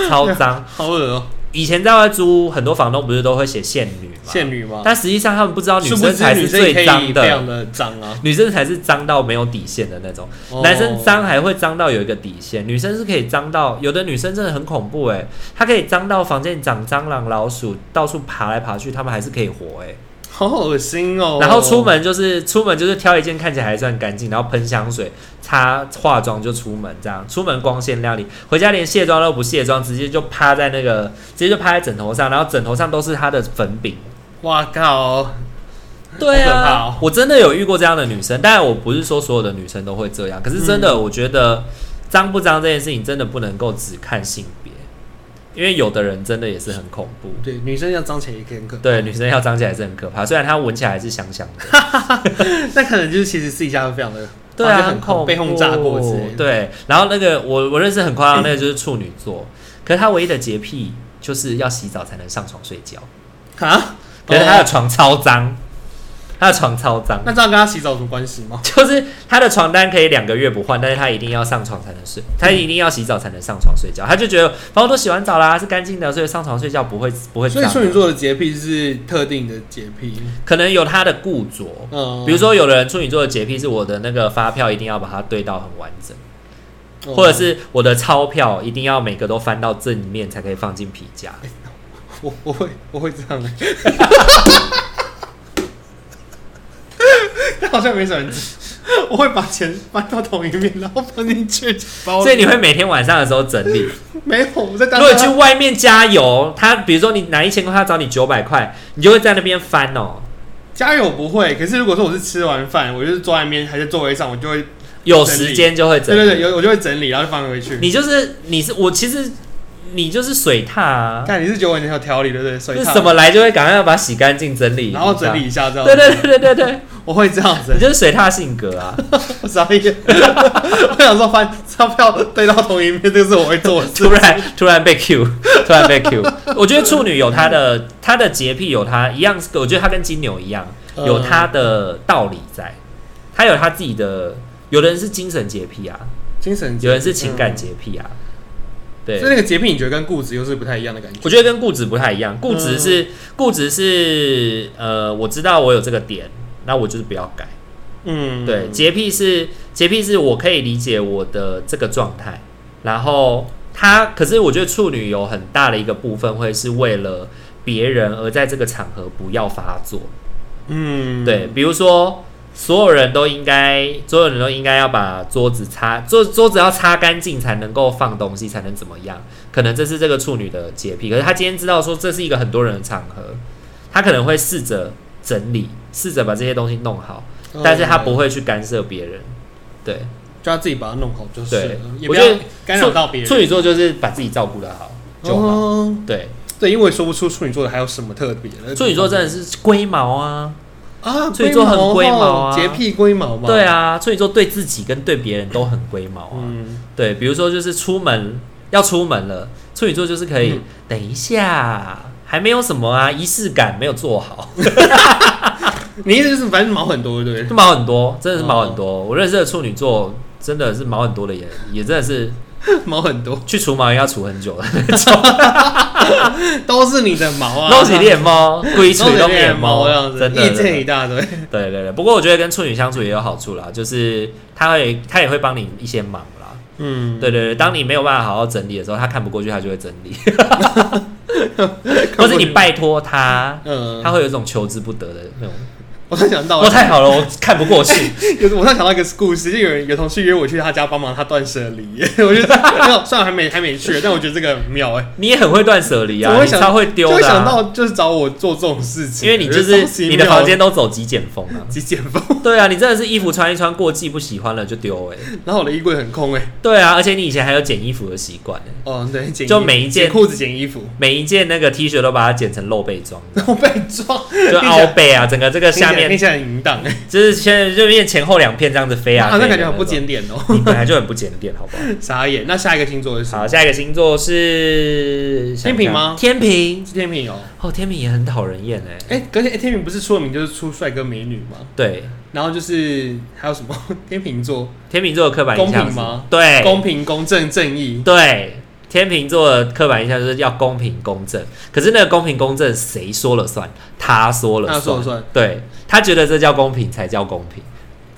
Speaker 1: 超脏。
Speaker 2: 好恶哦，
Speaker 1: 以前在外租，很多房东不是都会写限女嘛，
Speaker 2: 仙女吗？
Speaker 1: 但实际上他们不知道女
Speaker 2: 殊不
Speaker 1: 生
Speaker 2: 知
Speaker 1: 才是
Speaker 2: 女生也可
Speaker 1: 最
Speaker 2: 以
Speaker 1: 脏
Speaker 2: 非
Speaker 1: 的
Speaker 2: 常。的脏啊。
Speaker 1: 女生才是脏到没有底线的那种，
Speaker 2: 哦
Speaker 1: 男生脏还会脏到有一个底线，女生是可以脏到，有的女生真的很恐怖哎、她可以脏到房间长蟑螂、老鼠，到处爬来爬去，她们还是可以活哎、
Speaker 2: 好恶心哦。
Speaker 1: 然后出门就是出门就是挑一件看起来还算干净，然后喷香水、擦化妆就出门，这样出门光鲜亮丽，回家连卸妆都不卸妆，直接就趴在那个直接就趴在枕头上，然后枕头上都是她的粉饼。
Speaker 2: 哇靠，
Speaker 1: 对
Speaker 2: 好可怕
Speaker 1: 啊
Speaker 2: 哦，
Speaker 1: 我真的有遇过这样的女生，但我不是说所有的女生都会这样，可是真的，我觉得脏不脏这件事情真的不能够只看性别，因为有的人真的也是很恐怖。
Speaker 2: 对，女生要脏起来也很可怕。
Speaker 1: 对，女生要脏起来是很可怕，虽然她闻起来还是香香的，
Speaker 2: 那可能就是其实私底下会非常的，
Speaker 1: 对
Speaker 2: 好
Speaker 1: 啊，
Speaker 2: 像
Speaker 1: 很
Speaker 2: 很
Speaker 1: 恐怖，
Speaker 2: 被轰炸过之类的。
Speaker 1: 对，然后那个我我认识很夸张，那个就是处女座，可是她唯一的洁癖就是要洗澡才能上床睡觉，
Speaker 2: 啊，
Speaker 1: 可是她的
Speaker 2: 哦
Speaker 1: 床超脏，她的床超脏。
Speaker 2: 那这样跟他洗澡有什么关系吗？
Speaker 1: 就是他的床单可以两个月不换，但是他一定要上床才能睡，他一定要洗澡才能上床睡觉。他就觉得反正都洗完澡啦，是干净的，所以上床睡觉不会不会脏。
Speaker 2: 所以处女座的洁癖是特定的洁癖，
Speaker 1: 可能有他的固着，
Speaker 2: 嗯，
Speaker 1: 比如说有的人处女座的洁癖是我的那个发票一定要把它对到很完整，
Speaker 2: 哦
Speaker 1: 或者是我的钞票一定要每个都翻到正面才可以放进皮夹。
Speaker 2: 我我会我会这样 欸，但好像没什么人知，我会把钱翻到同一面，然后放进去包里。
Speaker 1: 所以你会每天晚上的时候整 理。
Speaker 2: 没有我在
Speaker 1: 如
Speaker 2: 当
Speaker 1: 果你去外面加油，他比如说你拿一千块，他找你九百块，你就会在那边翻哦。
Speaker 2: 加油不会，可是如果说我是吃完饭，我就是坐在那边还在座位上，我就会
Speaker 1: 有时间就会整
Speaker 2: 对
Speaker 1: 理。
Speaker 2: 对对，有我就会整理，然后就放回去。
Speaker 1: 你就是你是我，其实你就是水獭啊，
Speaker 2: 看你是觉得我很有条理，对不对？所
Speaker 1: 就
Speaker 2: 以
Speaker 1: 是什么来就会赶快要把它洗干净整理，
Speaker 2: 然后整理。一下这样。
Speaker 1: 对对对对对对，
Speaker 2: 我会这样子
Speaker 1: 你，就是水獭性 格啊，
Speaker 2: 我傻眼。 我想说翻钞票堆到同一面，这个是我会做的事。
Speaker 1: 突然突然被 Q，突然被 Q。我觉得处女有她的她的洁癖，有她一样，我觉得她跟金牛一样，
Speaker 2: 嗯
Speaker 1: 有她的道理在，她有她自己的。有的人是精神洁癖啊，
Speaker 2: 精神洁癖，
Speaker 1: 有人是情感洁癖啊，对
Speaker 2: 嗯。所以，那个洁癖，你觉得跟固执又是不太一样的感觉？
Speaker 1: 我觉得跟固执不太一样，固执是、固执是呃，我知道我有这个点，那我就是不要改。
Speaker 2: 嗯，
Speaker 1: 对，洁癖是洁癖是我可以理解我的这个状态，然后他可是我觉得处女有很大的一个部分会是为了别人而在这个场合不要发作。
Speaker 2: 嗯，
Speaker 1: 对，，比如说所有人都应该，所有人都应该要把桌子擦桌桌子要擦干净才能够放东西，才能怎么样？可能这是这个处女的洁癖，可是她今天知道说这是一个很多人的场合，她可能会试着整理，试着把这些东西弄好，
Speaker 2: 嗯
Speaker 1: 但是她不
Speaker 2: 会，
Speaker 1: 会去干涉别人。对，
Speaker 2: 哦就要自己把它弄好就是
Speaker 1: 对
Speaker 2: 了，也不
Speaker 1: 我觉得
Speaker 2: 要干扰到别
Speaker 1: 处
Speaker 2: 人。
Speaker 1: 女座就是把自己照顾得好就好。
Speaker 2: 哦，
Speaker 1: 对，
Speaker 2: 对，因为我也说不出处女座的还有什么特别的。
Speaker 1: 处女座真的是龟毛啊，
Speaker 2: 啊，
Speaker 1: 处女座很龟毛啊
Speaker 2: 哦洁癖龟毛嘛。
Speaker 1: 对，啊，处女座对自己跟对别人都很龟毛啊。
Speaker 2: 嗯，
Speaker 1: 对，比如说就是出门要出门了，处女座就是可以、
Speaker 2: 嗯
Speaker 1: 等一下，还没有什么啊，仪式感没有做 好，
Speaker 2: 你意思就是反正毛很多，对不对？哦
Speaker 1: 就毛很多，真的是毛很多。我认识的处女座真的是毛很多的也也真的是
Speaker 2: 毛很多，
Speaker 1: 去除毛也要除 很久的，
Speaker 2: 都是你的毛啊，
Speaker 1: 都是脸猫，故意
Speaker 2: 都
Speaker 1: 除
Speaker 2: 是
Speaker 1: 都
Speaker 2: 你的
Speaker 1: 脸猫
Speaker 2: 毛这样，子
Speaker 1: 真，的
Speaker 2: 意
Speaker 1: 真的
Speaker 2: 见一大堆。
Speaker 1: 对对对，不过我觉得跟处女相处也有好处啦，就是他会他也会帮你一些忙啦。
Speaker 2: 嗯，
Speaker 1: 对对对，当你没有办法好好整理的时候，他看不过去，他就会整 理，
Speaker 2: 看
Speaker 1: 或
Speaker 2: 不
Speaker 1: 是你
Speaker 2: 出
Speaker 1: 拜托他，
Speaker 2: 嗯，
Speaker 1: 他会有一种求之不得的那种。
Speaker 2: 我突然想到
Speaker 1: 我，太好了，我看不 过去。
Speaker 2: 有我突然想到一个故事，就有人有同事约我去他家帮忙他断舍离， 我觉得没有，虽然还没还没去，但我觉得这个很妙哎、
Speaker 1: 你也很会断舍离
Speaker 2: 怎么
Speaker 1: 啊，
Speaker 2: 会
Speaker 1: 你
Speaker 2: 想
Speaker 1: 超会丢
Speaker 2: 就会
Speaker 1: 的
Speaker 2: 想
Speaker 1: 啊、
Speaker 2: 到就是找我做这种事情，
Speaker 1: 因为你就
Speaker 2: 我觉得超
Speaker 1: 是
Speaker 2: 级
Speaker 1: 你的
Speaker 2: 妙
Speaker 1: 房间都走极简风 啊。
Speaker 2: 极简风，
Speaker 1: 对啊，你真的是衣服穿一穿过季不喜欢了就丢哎、
Speaker 2: 然后我的衣柜很空哎、
Speaker 1: 对啊，而且你以前还有剪衣服的习惯呢，
Speaker 2: 哦对，剪衣
Speaker 1: 就每一件
Speaker 2: 剪裤子剪衣服，
Speaker 1: 每一件那个 T 恤都把它剪成露背装，
Speaker 2: 然后被抓，
Speaker 1: 就
Speaker 2: 听起来
Speaker 1: 凹背啊，整个这个 下面
Speaker 2: 听起来很淫荡哎，
Speaker 1: 就是现在就变前后两片这样子飞 啊，
Speaker 2: 好像感觉
Speaker 1: 飞啊
Speaker 2: 很不检
Speaker 1: 那
Speaker 2: 点哦，
Speaker 1: 种，你本来就很不检点，好不好？
Speaker 2: 傻眼。那下一个星座是什么？
Speaker 1: 好，下一个星座是
Speaker 2: 天秤吗
Speaker 1: 天平
Speaker 2: 是天平哦，
Speaker 1: 哦，天平也很讨人厌哎，
Speaker 2: 哎，而且天平不是出了名就是出帅哥美女吗？
Speaker 1: 对，
Speaker 2: 然后就是还有什么 天秤座，
Speaker 1: 天秤座的刻板印象
Speaker 2: 公
Speaker 1: 是
Speaker 2: 平吗
Speaker 1: 对，
Speaker 2: 公平、公正、正义，
Speaker 1: 对，天秤座的刻板印象就是要公平公正，可是那个公平公正谁说了算？他说了算，
Speaker 2: 他说了算
Speaker 1: 对他觉得这叫公平才叫公平，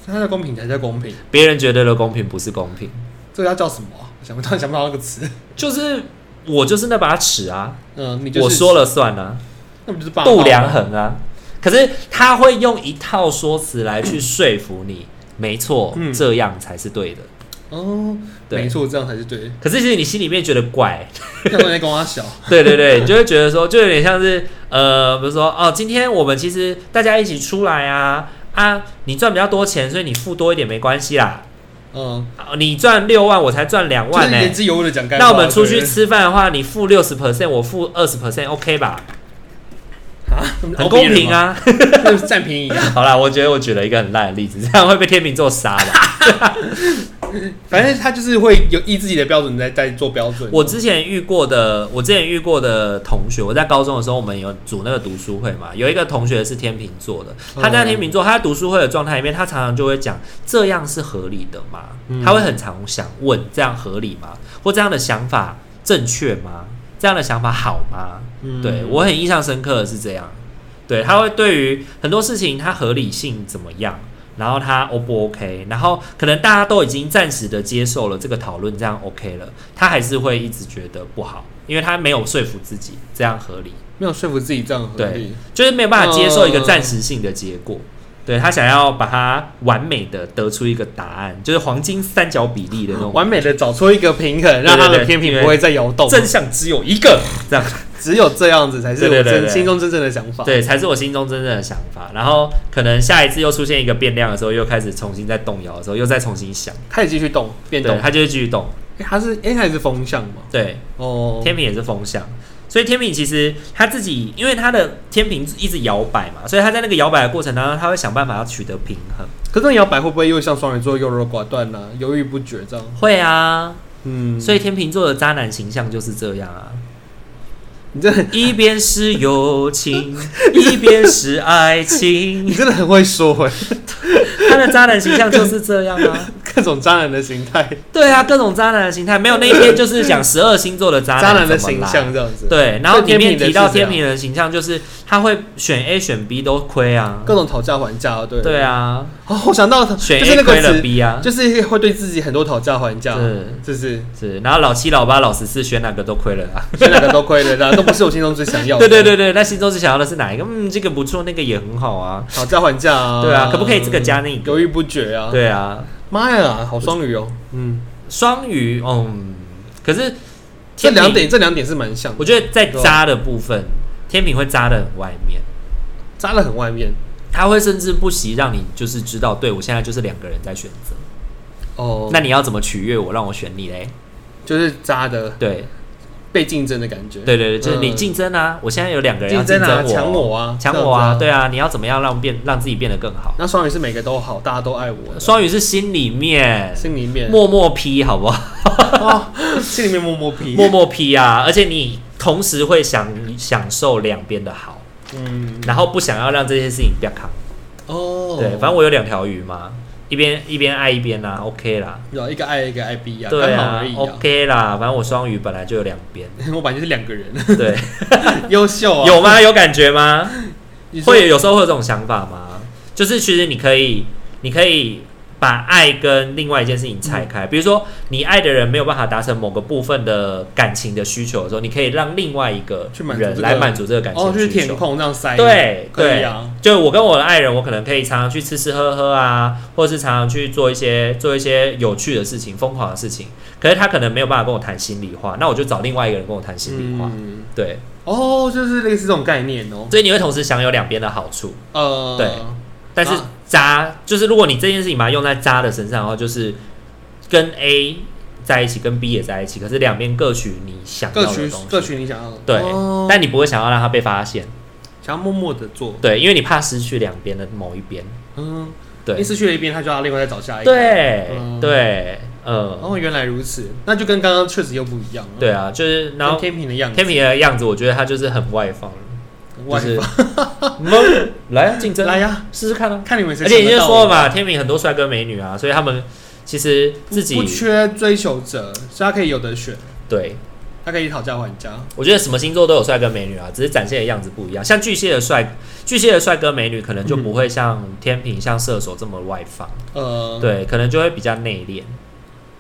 Speaker 2: 他的公平才叫公平，
Speaker 1: 别人觉得的公平不是公平，
Speaker 2: 这个要叫什么啊？我想不到， 想不到那个词。
Speaker 1: 就是我就是那把尺啊，
Speaker 2: 嗯，你就是
Speaker 1: 我说了算啊，
Speaker 2: 那不就是霸道
Speaker 1: 度
Speaker 2: 吗
Speaker 1: 量衡啊。可是他会用一套说辞来去说服你，没错，
Speaker 2: 嗯
Speaker 1: 这样才是对的。
Speaker 2: 哦，
Speaker 1: 对
Speaker 2: 没错，这样才是对 的。
Speaker 1: 可是其实你心里面觉得怪，
Speaker 2: 要不然在跟我小，
Speaker 1: 对对对，你就会觉得说，就有点像是呃，比如说哦，今天我们其实大家一起出来啊啊，你赚比较多钱，所以你付多一点没关系啦。
Speaker 2: 嗯，
Speaker 1: 啊你赚六万，我才赚两
Speaker 2: 就是
Speaker 1: 万呢、
Speaker 2: 言之有物的讲干话。
Speaker 1: 那我们出去
Speaker 2: 对
Speaker 1: 吃饭的话，你付六十 percent，我付二十 percent，OK 吧？
Speaker 2: 啊，
Speaker 1: 很公平 啊。
Speaker 2: 那不是占便宜啊。
Speaker 1: 好啦，我觉得我举了一个很烂的例子，这样会被天秤座杀吧？
Speaker 2: 反正他就是会有依自己的标准在在做标准。
Speaker 1: 我之前遇过的，我之前遇过的同学，我在高中的时候，我们有组那个读书会嘛，有一个同学是天秤座的，他在天秤座，他在读书会的状态里面，他常常就会讲这样是合理的吗？
Speaker 2: 嗯
Speaker 1: 他会很常想问这样合理吗？或这样的想法正确吗？这样的想法好吗？
Speaker 2: 嗯
Speaker 1: 对我很印象深刻的是这样，对他会对于很多事情它合理性怎么样，然后它 O 不 OK，然后可能大家都已经暂时的接受了这个讨论，这样 OK 了，他还是会一直觉得不好，因为他没有说服自己这样合理，
Speaker 2: 没有说服自己这样合
Speaker 1: 对
Speaker 2: 理。，
Speaker 1: 就是没有办法接受一个暂时性的结果。对他想要把它完美的得出一个答案，就是黄金三角比例的那种
Speaker 2: 完美的找出一个平衡，让他的
Speaker 1: 对对对
Speaker 2: 天平不会再摇动，
Speaker 1: 正向只有一个这样。
Speaker 2: 只有这样子才是
Speaker 1: 对
Speaker 2: 我
Speaker 1: 对对
Speaker 2: 真
Speaker 1: 对
Speaker 2: 心中真正的想法。
Speaker 1: 对，才是我心中真正的想法。然后可能下一次又出现一个变量的时候，又开始重新再动摇的时候，又再重新想，
Speaker 2: 开始继续动变动
Speaker 1: 对，，它就会继续动。
Speaker 2: 诶他是哎，他也是风向嘛？
Speaker 1: 对，
Speaker 2: 哦，
Speaker 1: 天平也是风向，所以天平其实他自己，因为他的天平一直摇摆嘛，所以他在那个摇摆的过程当中，他会想办法要取得平衡。
Speaker 2: 可是那摇摆会不会又像双鱼座优柔寡断呢？犹豫不决这样？
Speaker 1: 会啊，
Speaker 2: 嗯，
Speaker 1: 所以天秤座的渣男形象就是这样啊，
Speaker 2: 你真的
Speaker 1: 一边是友情，一边是爱
Speaker 2: 你
Speaker 1: 情，
Speaker 2: 真的很会说哎，
Speaker 1: 他的渣男形象就是这样啊。
Speaker 2: 各种渣男的形态，
Speaker 1: 对啊，各种渣男的形态，没有那一篇就是 讲十二星座的渣
Speaker 2: 渣男的
Speaker 1: 怎么
Speaker 2: 形
Speaker 1: 啦。
Speaker 2: 象这样子。，
Speaker 1: 对，然后里面提到
Speaker 2: 所以天平人是
Speaker 1: 天
Speaker 2: 这样
Speaker 1: 平人的形象，就是他会选 A 选 B 都亏啊，
Speaker 2: 各种讨价还价，对。
Speaker 1: 对。啊，
Speaker 2: 哦，我想到就
Speaker 1: 选
Speaker 2: 是
Speaker 1: A
Speaker 2: 那
Speaker 1: 亏
Speaker 2: 个
Speaker 1: 了
Speaker 2: 词，
Speaker 1: B 啊，
Speaker 2: 就是会对自己很多讨价还价，
Speaker 1: 是
Speaker 2: 就是
Speaker 1: 是，然后老七、老八、老十四选哪个都亏了啊。
Speaker 2: 这两个都亏了啦，都不是我心中最想要的。
Speaker 1: 对对对对，那心中最想要的是哪一个？嗯，这个不错，那个也很好啊。
Speaker 2: 讨价还价啊，
Speaker 1: 对啊可不可以这个加那个
Speaker 2: 犹豫不决啊，，
Speaker 1: 对啊，
Speaker 2: 妈呀，好双鱼哦，嗯，
Speaker 1: 双鱼，嗯，可是
Speaker 2: 这
Speaker 1: 天
Speaker 2: 两
Speaker 1: 平，
Speaker 2: 点这两点是蛮像的，
Speaker 1: 我觉得在渣的部分，天平会渣的很外面。
Speaker 2: 扎的很外面
Speaker 1: 他会甚至不惜让你就是知道，对我现在就是两个人在选择，
Speaker 2: 哦，
Speaker 1: 那你要怎么取悦我，让我选你嘞？
Speaker 2: 就是扎的
Speaker 1: 对
Speaker 2: 被竞争的感觉，
Speaker 1: 对对对，就是你
Speaker 2: 嗯
Speaker 1: 竞争啊，我现在有两个人要
Speaker 2: 竞
Speaker 1: 竞
Speaker 2: 争啊，
Speaker 1: 争
Speaker 2: 抢我啊，
Speaker 1: 抢
Speaker 2: 这样
Speaker 1: 我
Speaker 2: 子
Speaker 1: 啊，对。啊，你要怎么样让变让自己变得更好？
Speaker 2: 那双鱼是每个都好，大家都爱我，
Speaker 1: 双鱼是心里面
Speaker 2: 心里面
Speaker 1: 默默批，好不好？
Speaker 2: 心里面摸摸皮，
Speaker 1: 默默批啊，而且你同时会享享受两边的好，
Speaker 2: 嗯，
Speaker 1: 然后不想要让这些事情变康。
Speaker 2: 哦，
Speaker 1: 对，反正我有两条鱼嘛，一边一边爱一边啦，OK 啦，
Speaker 2: 有一个爱一个爱 B 啊，
Speaker 1: 对
Speaker 2: 刚好
Speaker 1: 啊
Speaker 2: 而已啊。
Speaker 1: ，OK 啦，反正我双鱼本来就有两边，
Speaker 2: 我本来就是两个人，
Speaker 1: 对，
Speaker 2: 优秀啊，
Speaker 1: 有吗？有感觉吗？
Speaker 2: 你说
Speaker 1: 会有时候会有这种想法吗？就是其实你可以，你可以把爱跟另外一件事情拆
Speaker 2: 嗯
Speaker 1: 开。比如说，你爱的人没有办法达成某个部分的感情的需求的时候，你可以让另外一个
Speaker 2: 去满足这
Speaker 1: 人
Speaker 2: 个
Speaker 1: 来满足这个感情
Speaker 2: 哦，
Speaker 1: 的
Speaker 2: 就是
Speaker 1: 需
Speaker 2: 填
Speaker 1: 求。
Speaker 2: 空这样塞，
Speaker 1: 对
Speaker 2: 可以
Speaker 1: 对
Speaker 2: 啊，
Speaker 1: 就我跟我的爱人，我可能可以常常去吃吃喝喝啊，或是常常去做一些做一些有趣的事情、疯狂的事情。可是他可能没有办法跟我谈心里话，那我就找另外一个人跟我谈心里话。
Speaker 2: 嗯，
Speaker 1: 对，
Speaker 2: 哦，就是类似这种概念哦，
Speaker 1: 所以你会同时享有两边的好处。
Speaker 2: 呃，
Speaker 1: 对但是
Speaker 2: 啊
Speaker 1: 渣、就是，如果你这件事情把它用在渣的身上的话，就是跟 A 在一起，跟 B 也在一起，可是两边各取你想要
Speaker 2: 各
Speaker 1: 的
Speaker 2: 取
Speaker 1: 东西。
Speaker 2: 各取你想要的，
Speaker 1: 对，
Speaker 2: 哦
Speaker 1: 但你不会想要让它被发现，
Speaker 2: 想要默默的做，
Speaker 1: 对，因为你怕失去两边的某一边。
Speaker 2: 嗯，
Speaker 1: 对
Speaker 2: 你，失去了一边，他就要另外再找下一个，，
Speaker 1: 对，
Speaker 2: 哎嗯
Speaker 1: 对，嗯，
Speaker 2: 哦，原来如此，那就跟刚刚确实又不一样了，
Speaker 1: 对啊，就是然
Speaker 2: 跟
Speaker 1: 后
Speaker 2: 天平的样子，
Speaker 1: 天平的样子，我觉得他就是很外放，就
Speaker 2: 哇
Speaker 1: 是 嗯来啊竞争啊，
Speaker 2: 来呀，
Speaker 1: 试试看啊。
Speaker 2: 看你们谁
Speaker 1: 而且
Speaker 2: 想
Speaker 1: 你
Speaker 2: 得
Speaker 1: 就
Speaker 2: 到
Speaker 1: 说
Speaker 2: 我
Speaker 1: 了嘛，天平很多帅哥美女啊，所以他们其实自己
Speaker 2: 啊不缺追求者，所以他可以有的选，
Speaker 1: 对
Speaker 2: 他可以讨价还价，
Speaker 1: 我觉得什么星座都有帅哥美女啊，只是展现的样子不一样。像巨蟹的帅，巨蟹的帅哥美女可能就不会像天平、像射手这么外放，
Speaker 2: 呃，
Speaker 1: 对，可能就会比较内敛，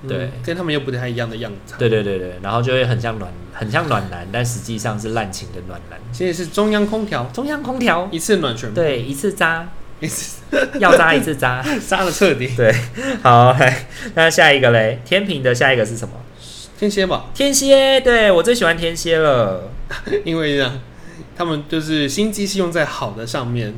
Speaker 2: 嗯
Speaker 1: 对
Speaker 2: 跟他们又不太一样的样子，
Speaker 1: 对，对对对，然后就会很像暖，很像暖男，但实际上是滥情的暖男。
Speaker 2: 现在是中央空调
Speaker 1: 中央空调，
Speaker 2: 一次暖全部，
Speaker 1: 对，一次 扎，
Speaker 2: 一次
Speaker 1: 要扎一次扎。
Speaker 2: 杀的彻底，
Speaker 1: 好，来，那下一个嘞，天平的下一个是什么？
Speaker 2: 天蝎吧，
Speaker 1: 天蝎，对我最喜欢天蝎了。
Speaker 2: 因为呢，他们就是心机是用在好的上面，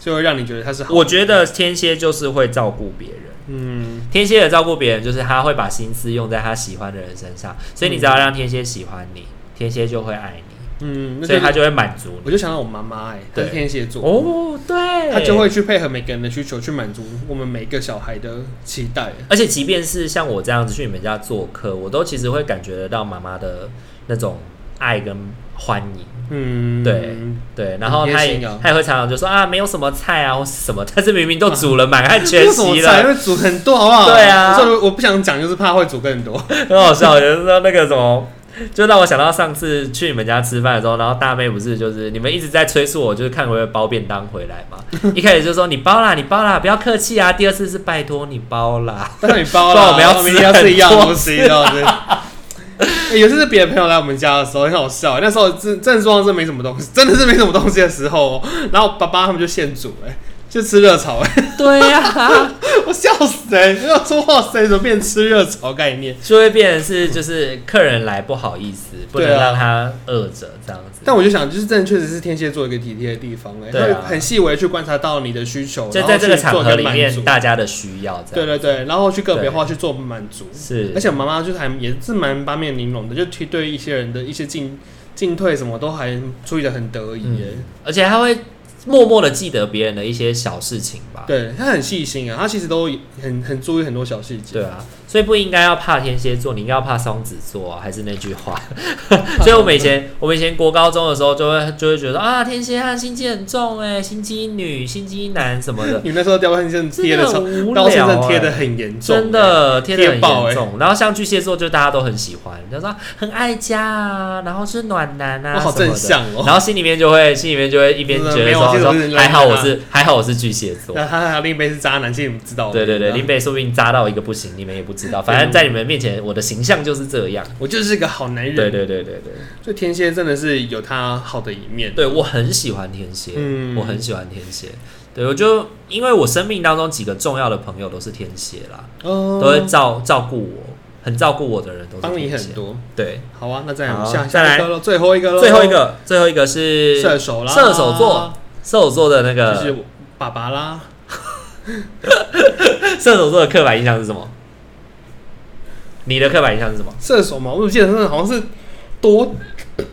Speaker 2: 就会让你觉得他是好的，
Speaker 1: 我觉得天蝎就是会照顾别人。
Speaker 2: 嗯，
Speaker 1: 天蝎的照顾别人，就是他会把心思用在他喜欢的人身上，所以你只要让天蝎喜欢你，天蝎就会爱你，
Speaker 2: 嗯，那
Speaker 1: 所以他
Speaker 2: 就
Speaker 1: 就会满足
Speaker 2: 我
Speaker 1: 你。
Speaker 2: 就想到我妈妈哎，她
Speaker 1: 对
Speaker 2: 是天蝎座，
Speaker 1: 哦，对，
Speaker 2: 她就会。去配合每个人的需求，去满足我们每个小孩的期待。
Speaker 1: 而且即便是像我这样子去你们家做客，我都其实会感觉得到妈妈的那种爱跟欢迎。
Speaker 2: 嗯，
Speaker 1: 对对，然后
Speaker 2: 很
Speaker 1: 他
Speaker 2: 贴
Speaker 1: 也、
Speaker 2: 心啊
Speaker 1: 他也会常常就说啊，没有什么菜啊或是什么， 但是明明都煮了，满汉全
Speaker 2: 为嗯什么
Speaker 1: 席
Speaker 2: 才
Speaker 1: 了，
Speaker 2: 会煮很多，好不好？
Speaker 1: 对啊
Speaker 2: 所以我不想讲，就是怕会煮更多。
Speaker 1: 很好笑。就是说那个什么，就让我想到上次去你们家吃饭的时候，然后大妹不是就是你们一直在催促我，就是看我会不会包便当回 来嘛。一开始就说你包啦，你包啦，不要客气啊。第二次是拜托你包啦。
Speaker 2: 但是你包
Speaker 1: 不然
Speaker 2: 了，
Speaker 1: 我
Speaker 2: 明
Speaker 1: 们要吃
Speaker 2: 天要
Speaker 1: 很
Speaker 2: 吃一样的
Speaker 1: 多
Speaker 2: 东西，这样子。 欸有一次是别的朋友来我们家的时候，很好笑。那时候真真的桌上是没什么东西，真的是没什么东西的时候、哦，然后爸爸他们就现煮、哎，就吃热炒、哎，
Speaker 1: 对呀、
Speaker 2: 我笑死、哎，没有说哇塞，怎么变吃热炒概念？
Speaker 1: 就会变成是就是客人来不好意思，不能
Speaker 2: 对啊
Speaker 1: 让他饿着这样子。
Speaker 2: 但我就想，就是真的确实是天蝎座一个体贴的地方、哎，
Speaker 1: 对啊
Speaker 2: 会很细微地去观察到你的需求，
Speaker 1: 就
Speaker 2: 然后
Speaker 1: 在这个
Speaker 2: 去
Speaker 1: 场
Speaker 2: 做
Speaker 1: 合
Speaker 2: 个
Speaker 1: 里
Speaker 2: 满足
Speaker 1: 面，大家的需要这
Speaker 2: 对
Speaker 1: 样。
Speaker 2: 对对，然后去个别化去做满足。
Speaker 1: 是，
Speaker 2: 而且我妈妈就是还也是蛮八面玲珑的，就去对一些人的一些进进退什么都还处理的很得意耶。
Speaker 1: 而且他会默默的记得别人的一些小事情吧。
Speaker 2: 对她很细心啊，她其实都很很注意很多小细节。
Speaker 1: 对啊，所以不应该要怕天蝎座，你应该要怕双子座啊，还是那句 话。所以我们以前我们以前国高中的时候，就会就会觉得啊，天蝎和心机很重哎、心机女、心机男什么的，
Speaker 2: 你那时候雕刻线 贴的
Speaker 1: 真的很
Speaker 2: 超，
Speaker 1: 无
Speaker 2: 刀线
Speaker 1: 聊啊
Speaker 2: 上
Speaker 1: 欸
Speaker 2: 贴的很严重、
Speaker 1: 真，的贴的很
Speaker 2: 贴爆欸
Speaker 1: 严重。然后像巨蟹座，就大家都很喜欢，就说很爱家啊，然后是暖男啊，
Speaker 2: 我好
Speaker 1: 什么
Speaker 2: 正
Speaker 1: 的
Speaker 2: 向哦。
Speaker 1: 然后心里面就会，心里面就会一边
Speaker 2: 真的
Speaker 1: 觉
Speaker 2: 没
Speaker 1: 得
Speaker 2: 有
Speaker 1: 说
Speaker 2: 这种
Speaker 1: 说
Speaker 2: 人，来
Speaker 1: 还好我
Speaker 2: 啊
Speaker 1: 是还好我是巨蟹座，
Speaker 2: 那他他另一杯是渣男，其实你们知道。
Speaker 1: 对对对，
Speaker 2: 你知
Speaker 1: 林
Speaker 2: 道
Speaker 1: 北说不定扎到一个不行，你们也不知道。反正在你们面前，我的形象就是这样。
Speaker 2: 我就是个好男人。
Speaker 1: 对对对对对，
Speaker 2: 所以天蝎真的是有他好的一面。
Speaker 1: 对我很喜欢天蝎，
Speaker 2: 嗯
Speaker 1: 我很喜欢天蝎。对，我就因为我生命当中几个重要的朋友都是天蝎啦，
Speaker 2: 哦，
Speaker 1: 都会照照顾我，很照顾我的人都
Speaker 2: 帮
Speaker 1: 是
Speaker 2: 你
Speaker 1: 天蝎
Speaker 2: 很。多。
Speaker 1: 对，
Speaker 2: 好啊，那再来我们
Speaker 1: 好
Speaker 2: 下
Speaker 1: 再来
Speaker 2: 下一个喽，最后一个喽，
Speaker 1: 最后一个，最后一个是
Speaker 2: 射手啦，
Speaker 1: 呃射手座，射手座的那
Speaker 2: 就
Speaker 1: 个
Speaker 2: 是爸爸啦，
Speaker 1: 射手座的刻板印象是什么？你的刻板印象是什么？
Speaker 2: 射手嘛，我记得是好像是多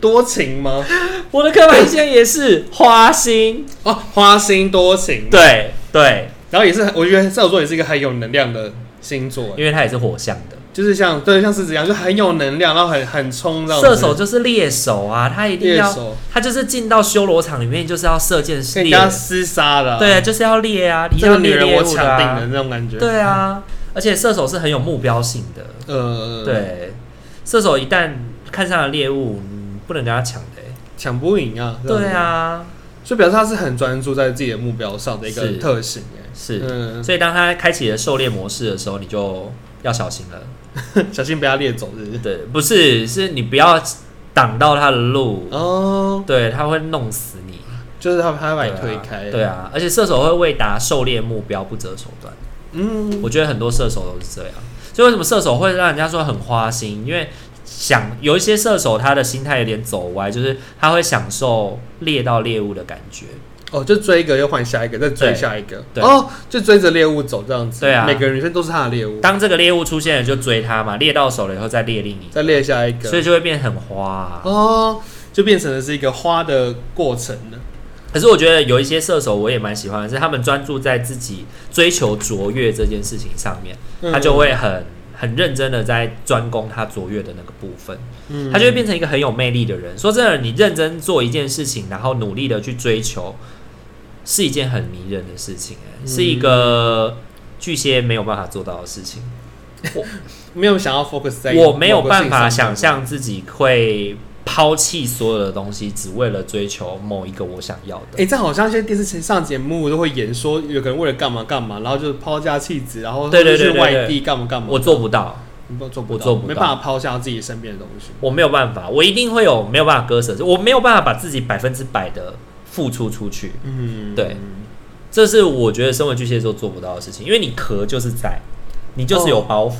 Speaker 2: 多情吗？
Speaker 1: 我的刻板印象也是花心，
Speaker 2: 哦，花心多情，，
Speaker 1: 对对，
Speaker 2: 然后也是我觉得射手座也是一个很有能量的星座，
Speaker 1: 因为它也是火象的。
Speaker 2: 就是像对像狮子一样，就很有能量，然后很很冲这样子。
Speaker 1: 射手就是猎手啊，他一定
Speaker 2: 猎
Speaker 1: 要，
Speaker 2: 手，
Speaker 1: 他就是进到修罗场里面就是要射箭
Speaker 2: 可以
Speaker 1: 猎
Speaker 2: 跟，他厮杀的、啊。
Speaker 1: 对，，就是要猎啊，一定
Speaker 2: 这
Speaker 1: 要
Speaker 2: 个女
Speaker 1: 猎
Speaker 2: 人
Speaker 1: 猎
Speaker 2: 我
Speaker 1: 物的
Speaker 2: 抢定了
Speaker 1: 啊，
Speaker 2: 那种感觉。
Speaker 1: 对啊，而且射手是很有目标性的，
Speaker 2: 呃，，
Speaker 1: 对，射手一旦看上了猎物，嗯不能跟他抢的欸、
Speaker 2: 抢不赢啊。这样子
Speaker 1: 对，啊，
Speaker 2: 所以表示他是很专注在自己的目标上的一个
Speaker 1: 是
Speaker 2: 特性、哎，
Speaker 1: 是，
Speaker 2: 嗯，
Speaker 1: 所以当他开启了狩猎模式的时候，你就要小心了。
Speaker 2: 小心被他猎走，是不是？
Speaker 1: 对，不是，是你不要挡到他的路，
Speaker 2: 哦，
Speaker 1: 对他会弄死你，
Speaker 2: 就是他他把
Speaker 1: 对
Speaker 2: 你
Speaker 1: 啊
Speaker 2: 推开。
Speaker 1: 对，啊，而且射手会为达狩猎目标不择手段，
Speaker 2: 嗯，
Speaker 1: 我觉得很多射手都是这样。所以为什么射手会让人家说很花心？因为想有一些射手他的心态有点走歪，就是他会享受猎到猎物的感觉。
Speaker 2: 哦，就追一个又换下一个，再追
Speaker 1: 对
Speaker 2: 下一个，
Speaker 1: 对
Speaker 2: 哦，就追着猎物走这样子。
Speaker 1: 对啊
Speaker 2: 每个女生都是他的猎物，
Speaker 1: 当这个猎物出现了，就追它嘛，猎到手了以后再猎另一
Speaker 2: 再
Speaker 1: 个，
Speaker 2: 猎下一个，
Speaker 1: 所以就会变得很花啊、
Speaker 2: 哦，就变成了是一个花的过程了。
Speaker 1: 可是我觉得有一些射手我也蛮喜欢的，是他们专注在自己追求卓越这件事情上面，
Speaker 2: 嗯
Speaker 1: 他就会很很认真的在专攻他卓越的那个部分，
Speaker 2: 嗯
Speaker 1: 他就会变成一个很有魅力的人。说真的，你认真做一件事情，然后努力的去追求，是一件很迷人的事情、欸，
Speaker 2: 嗯
Speaker 1: 是一个巨蟹没有办法做到的事情。
Speaker 2: 没有想要 focus 在
Speaker 1: 我没有办法
Speaker 2: 某个事情上
Speaker 1: 想象自己会抛弃所有的东西，只为了追求某一个我想要
Speaker 2: 哎、
Speaker 1: 的。
Speaker 2: 这好像现在电视上节目都会演说，有个人为了干嘛干嘛，然后就是抛家弃子，然后
Speaker 1: 对对
Speaker 2: 或
Speaker 1: 对
Speaker 2: 者去
Speaker 1: 对
Speaker 2: 外地干嘛干嘛。
Speaker 1: 我做不到，
Speaker 2: 你不做不到，
Speaker 1: 我做不
Speaker 2: 没
Speaker 1: 到
Speaker 2: 办法抛下自己身边的东西。
Speaker 1: 我没有办法，我一定会有没有办法割舍，我没有办法把自己百分之百的付出出去，
Speaker 2: 嗯，
Speaker 1: 对，这是我觉得身为巨蟹座做不到的事情，因为你壳就是在，你就是
Speaker 2: 哦
Speaker 1: 有包袱，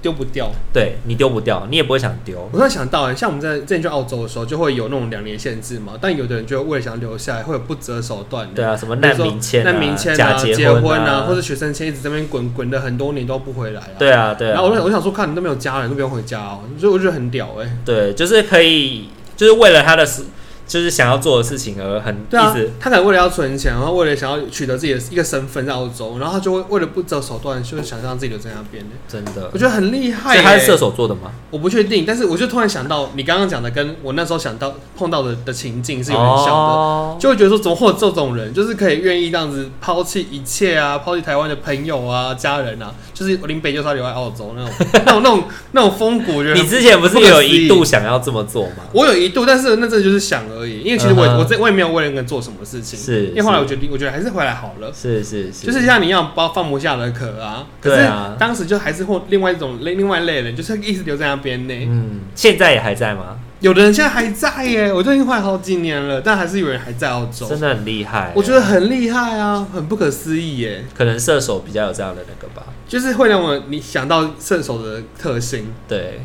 Speaker 2: 丢不掉。
Speaker 1: 对你丢不掉，你也不会想丢，
Speaker 2: 我突然想到、欸，像我们在之前去澳洲的时候，就会有那种两年限制嘛，但有的人就会为了想留下来，会有不择手段的。
Speaker 1: 对啊，什么
Speaker 2: 嗯比如
Speaker 1: 难
Speaker 2: 说
Speaker 1: 民签、啊、
Speaker 2: 难民签
Speaker 1: 假
Speaker 2: 啊、
Speaker 1: 结
Speaker 2: 结婚
Speaker 1: 啊，
Speaker 2: 或者学生签，一直在那边滚滚了很多年都不回来啊。
Speaker 1: 对啊对
Speaker 2: 然
Speaker 1: 啊
Speaker 2: 后，我想我想说，看你都没有家人，都不用回家哦，所以我觉得很屌哎、
Speaker 1: 对，就是可以，就是为了他的事，就是想要做的事情而很
Speaker 2: 对
Speaker 1: 一
Speaker 2: 啊
Speaker 1: 直，
Speaker 2: 他可能为了要存钱，然后为了想要取得自己的一个身份在澳洲，然后他就会为了不择手段，就是想让自己留在那边、欸。
Speaker 1: 真的
Speaker 2: 我，觉得很厉害、
Speaker 1: 呃所以
Speaker 2: 欸。
Speaker 1: 他是射手座的吗？
Speaker 2: 我不确定，但是我就突然想到，你刚刚讲的跟我那时候想到碰到的的情境是有点像的，
Speaker 1: 哦
Speaker 2: 就会觉得说怎么会有这种人，就是可以愿意这样子抛弃一切啊，抛弃台湾的朋友啊、家人啊，就是林北就是要留在澳洲那种 那种那种那种风骨，我觉得
Speaker 1: 你之前不是有一度想要这么做吗？
Speaker 2: 我有一度，但是那真的就是想而已，因为其实我、
Speaker 1: 嗯哼
Speaker 2: 我这我也没有为了那个做什么事情，
Speaker 1: 是
Speaker 2: 因为后来
Speaker 1: 是
Speaker 2: 我决定，我觉得还是回来好了。
Speaker 1: 是是是，
Speaker 2: 就是像你一样包放不下的壳啊，可
Speaker 1: 对
Speaker 2: 是
Speaker 1: 啊
Speaker 2: 当时就还是或另外一种另另外一类人，就是一直留在那边呢。
Speaker 1: 嗯，现在也还在吗？
Speaker 2: 有的人现在还在耶，我都已经换好几年了，但还是有人还在澳洲，
Speaker 1: 真的很厉害，欸
Speaker 2: 我觉得很厉害啊，很不可思议耶，
Speaker 1: 可能射手比较有这样的那个吧。
Speaker 2: 就是会让我你想到射手的特性，
Speaker 1: 对，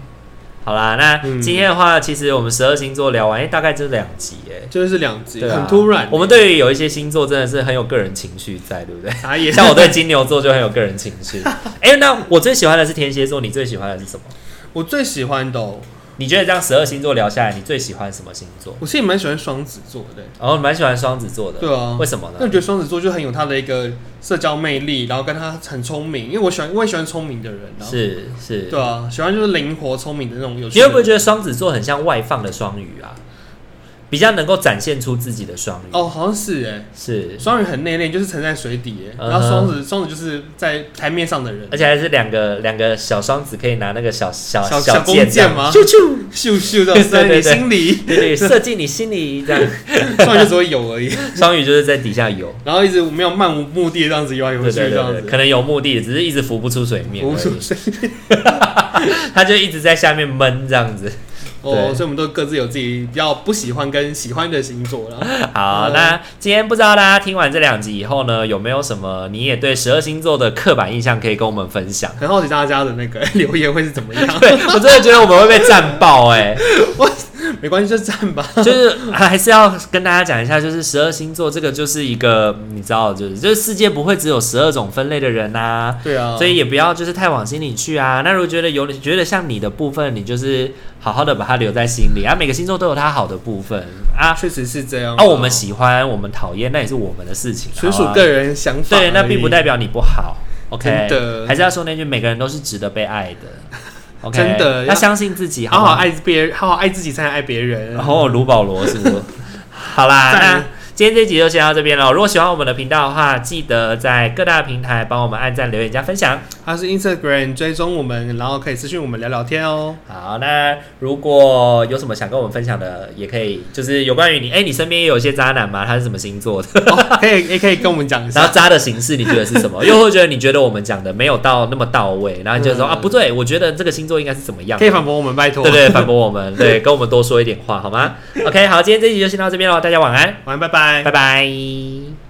Speaker 1: 好啦，那
Speaker 2: 嗯
Speaker 1: 今天的话，其实我们十二星座聊完，哎、大概就是两集、哎。
Speaker 2: 就是两极，
Speaker 1: 对啊
Speaker 2: 很突然。欸
Speaker 1: 我们对于有一些星座真的是很有个人情绪在，对 不对？
Speaker 2: 啥也
Speaker 1: 像我对金牛座就很有个人情绪。 哎、那我最喜欢的是天蝎座，你最喜欢的是什么？
Speaker 2: 我最喜欢的哦、
Speaker 1: 你觉得这样十二星座聊下来，你最喜欢什么星座？
Speaker 2: 我其实蛮喜欢双子座的耶，
Speaker 1: 然后蛮喜欢双子座的，
Speaker 2: 对啊
Speaker 1: 为什么
Speaker 2: 那我
Speaker 1: 呢？
Speaker 2: 觉得双子座就很有他的一个社交魅力，然后跟他很聪明，因为我喜欢我也喜欢聪明的人啊，
Speaker 1: 是是，
Speaker 2: 对啊，喜欢就是灵活聪明的那种有趣的
Speaker 1: 你会
Speaker 2: 人。
Speaker 1: 不会觉得双子座很像外放的双鱼啊？比较能够展现出自己的双鱼。
Speaker 2: 哦，好像是哎，
Speaker 1: 是，
Speaker 2: 双鱼很内敛，就是沉在水底耶，然后
Speaker 1: 嗯哼
Speaker 2: 双子双子就是在台面上的人
Speaker 1: 而。且还是两个两个小双子可以拿那个小小
Speaker 2: 小小弓
Speaker 1: 箭这样
Speaker 2: 箭吗
Speaker 1: 咻咻，
Speaker 2: 咻咻的射在你心 里，
Speaker 1: 对对，射进你心里这样。
Speaker 2: 上来就只会有而已，
Speaker 1: 双鱼就是在底下游，
Speaker 2: 然后一直没有漫无目的地这样子游来游
Speaker 1: 对
Speaker 2: 去
Speaker 1: 对
Speaker 2: 这样
Speaker 1: 对对，
Speaker 2: 子，
Speaker 1: 可能有目的，只是一直浮不出水面而
Speaker 2: 无所
Speaker 1: 已， 他就一直在下面闷这样 子。
Speaker 2: 哦，所以我们都各自有自己比较不喜欢跟喜欢的星座啦。
Speaker 1: 好，
Speaker 2: 嗯
Speaker 1: 那今天不知道大家听完这两集以后呢，有没有什么你也对十二星座的刻板印象可以跟我们分享？
Speaker 2: 很好奇大家的那个 留言会是怎么样，
Speaker 1: 对我真的觉得我们会被战爆哎、
Speaker 2: 没关系就站吧。
Speaker 1: 就是 还是要跟大家讲一下，就是十二星座这个就是一个你知道，就是这世界不会只有十二种分类的人呐、
Speaker 2: 对啊，
Speaker 1: 所以也不要就是太往心里去啊。那如果觉得有你觉得像你的部分，你就是好好的把它留在心里啊。每个星座都有它好的部分啊，
Speaker 2: 确实是这样
Speaker 1: 啊，我们喜欢，我们讨厌，那也是我们的事情，
Speaker 2: 嗯纯
Speaker 1: 好
Speaker 2: 属
Speaker 1: 啊
Speaker 2: 个人想法而已，
Speaker 1: 对，那并不代表你不好。OK，
Speaker 2: 真的
Speaker 1: 还是要说那句，每个人都是值得被爱的。 OK，
Speaker 2: 真的
Speaker 1: 要相信自己，
Speaker 2: 好
Speaker 1: 好
Speaker 2: 好
Speaker 1: 好爱。
Speaker 2: 爱别人，好好爱自己，才能爱别人。
Speaker 1: 然后卢保罗是 不是？好啦，
Speaker 2: 赞
Speaker 1: 那今天这集就先到这边了。如果喜欢我们的频道的话，记得在各大平台帮我们按赞、留言、加分享。
Speaker 2: 他是 Instagram 追踪我们，然后可以私讯我们聊聊天哦。
Speaker 1: 好，那如果有什么想跟我们分享的，也可以，就是有关于你，哎、你身边也有一些渣男吗？他是什么星座的？
Speaker 2: 哦可以，也可以跟我们讲一
Speaker 1: 然后
Speaker 2: 下。
Speaker 1: 渣的形式你觉得 是什么？又或者你觉得我们讲的没有到那么到位，然后你就说、
Speaker 2: 嗯
Speaker 1: 啊，不对，我觉得这个星座应该是怎么样？
Speaker 2: 可以反驳我们，拜托。
Speaker 1: 对，对，反驳我们，对，跟我们多说一点话好吗？OK，好，今天这集就先到这边喽，大家晚安，
Speaker 2: 晚安，拜拜
Speaker 1: 拜。拜。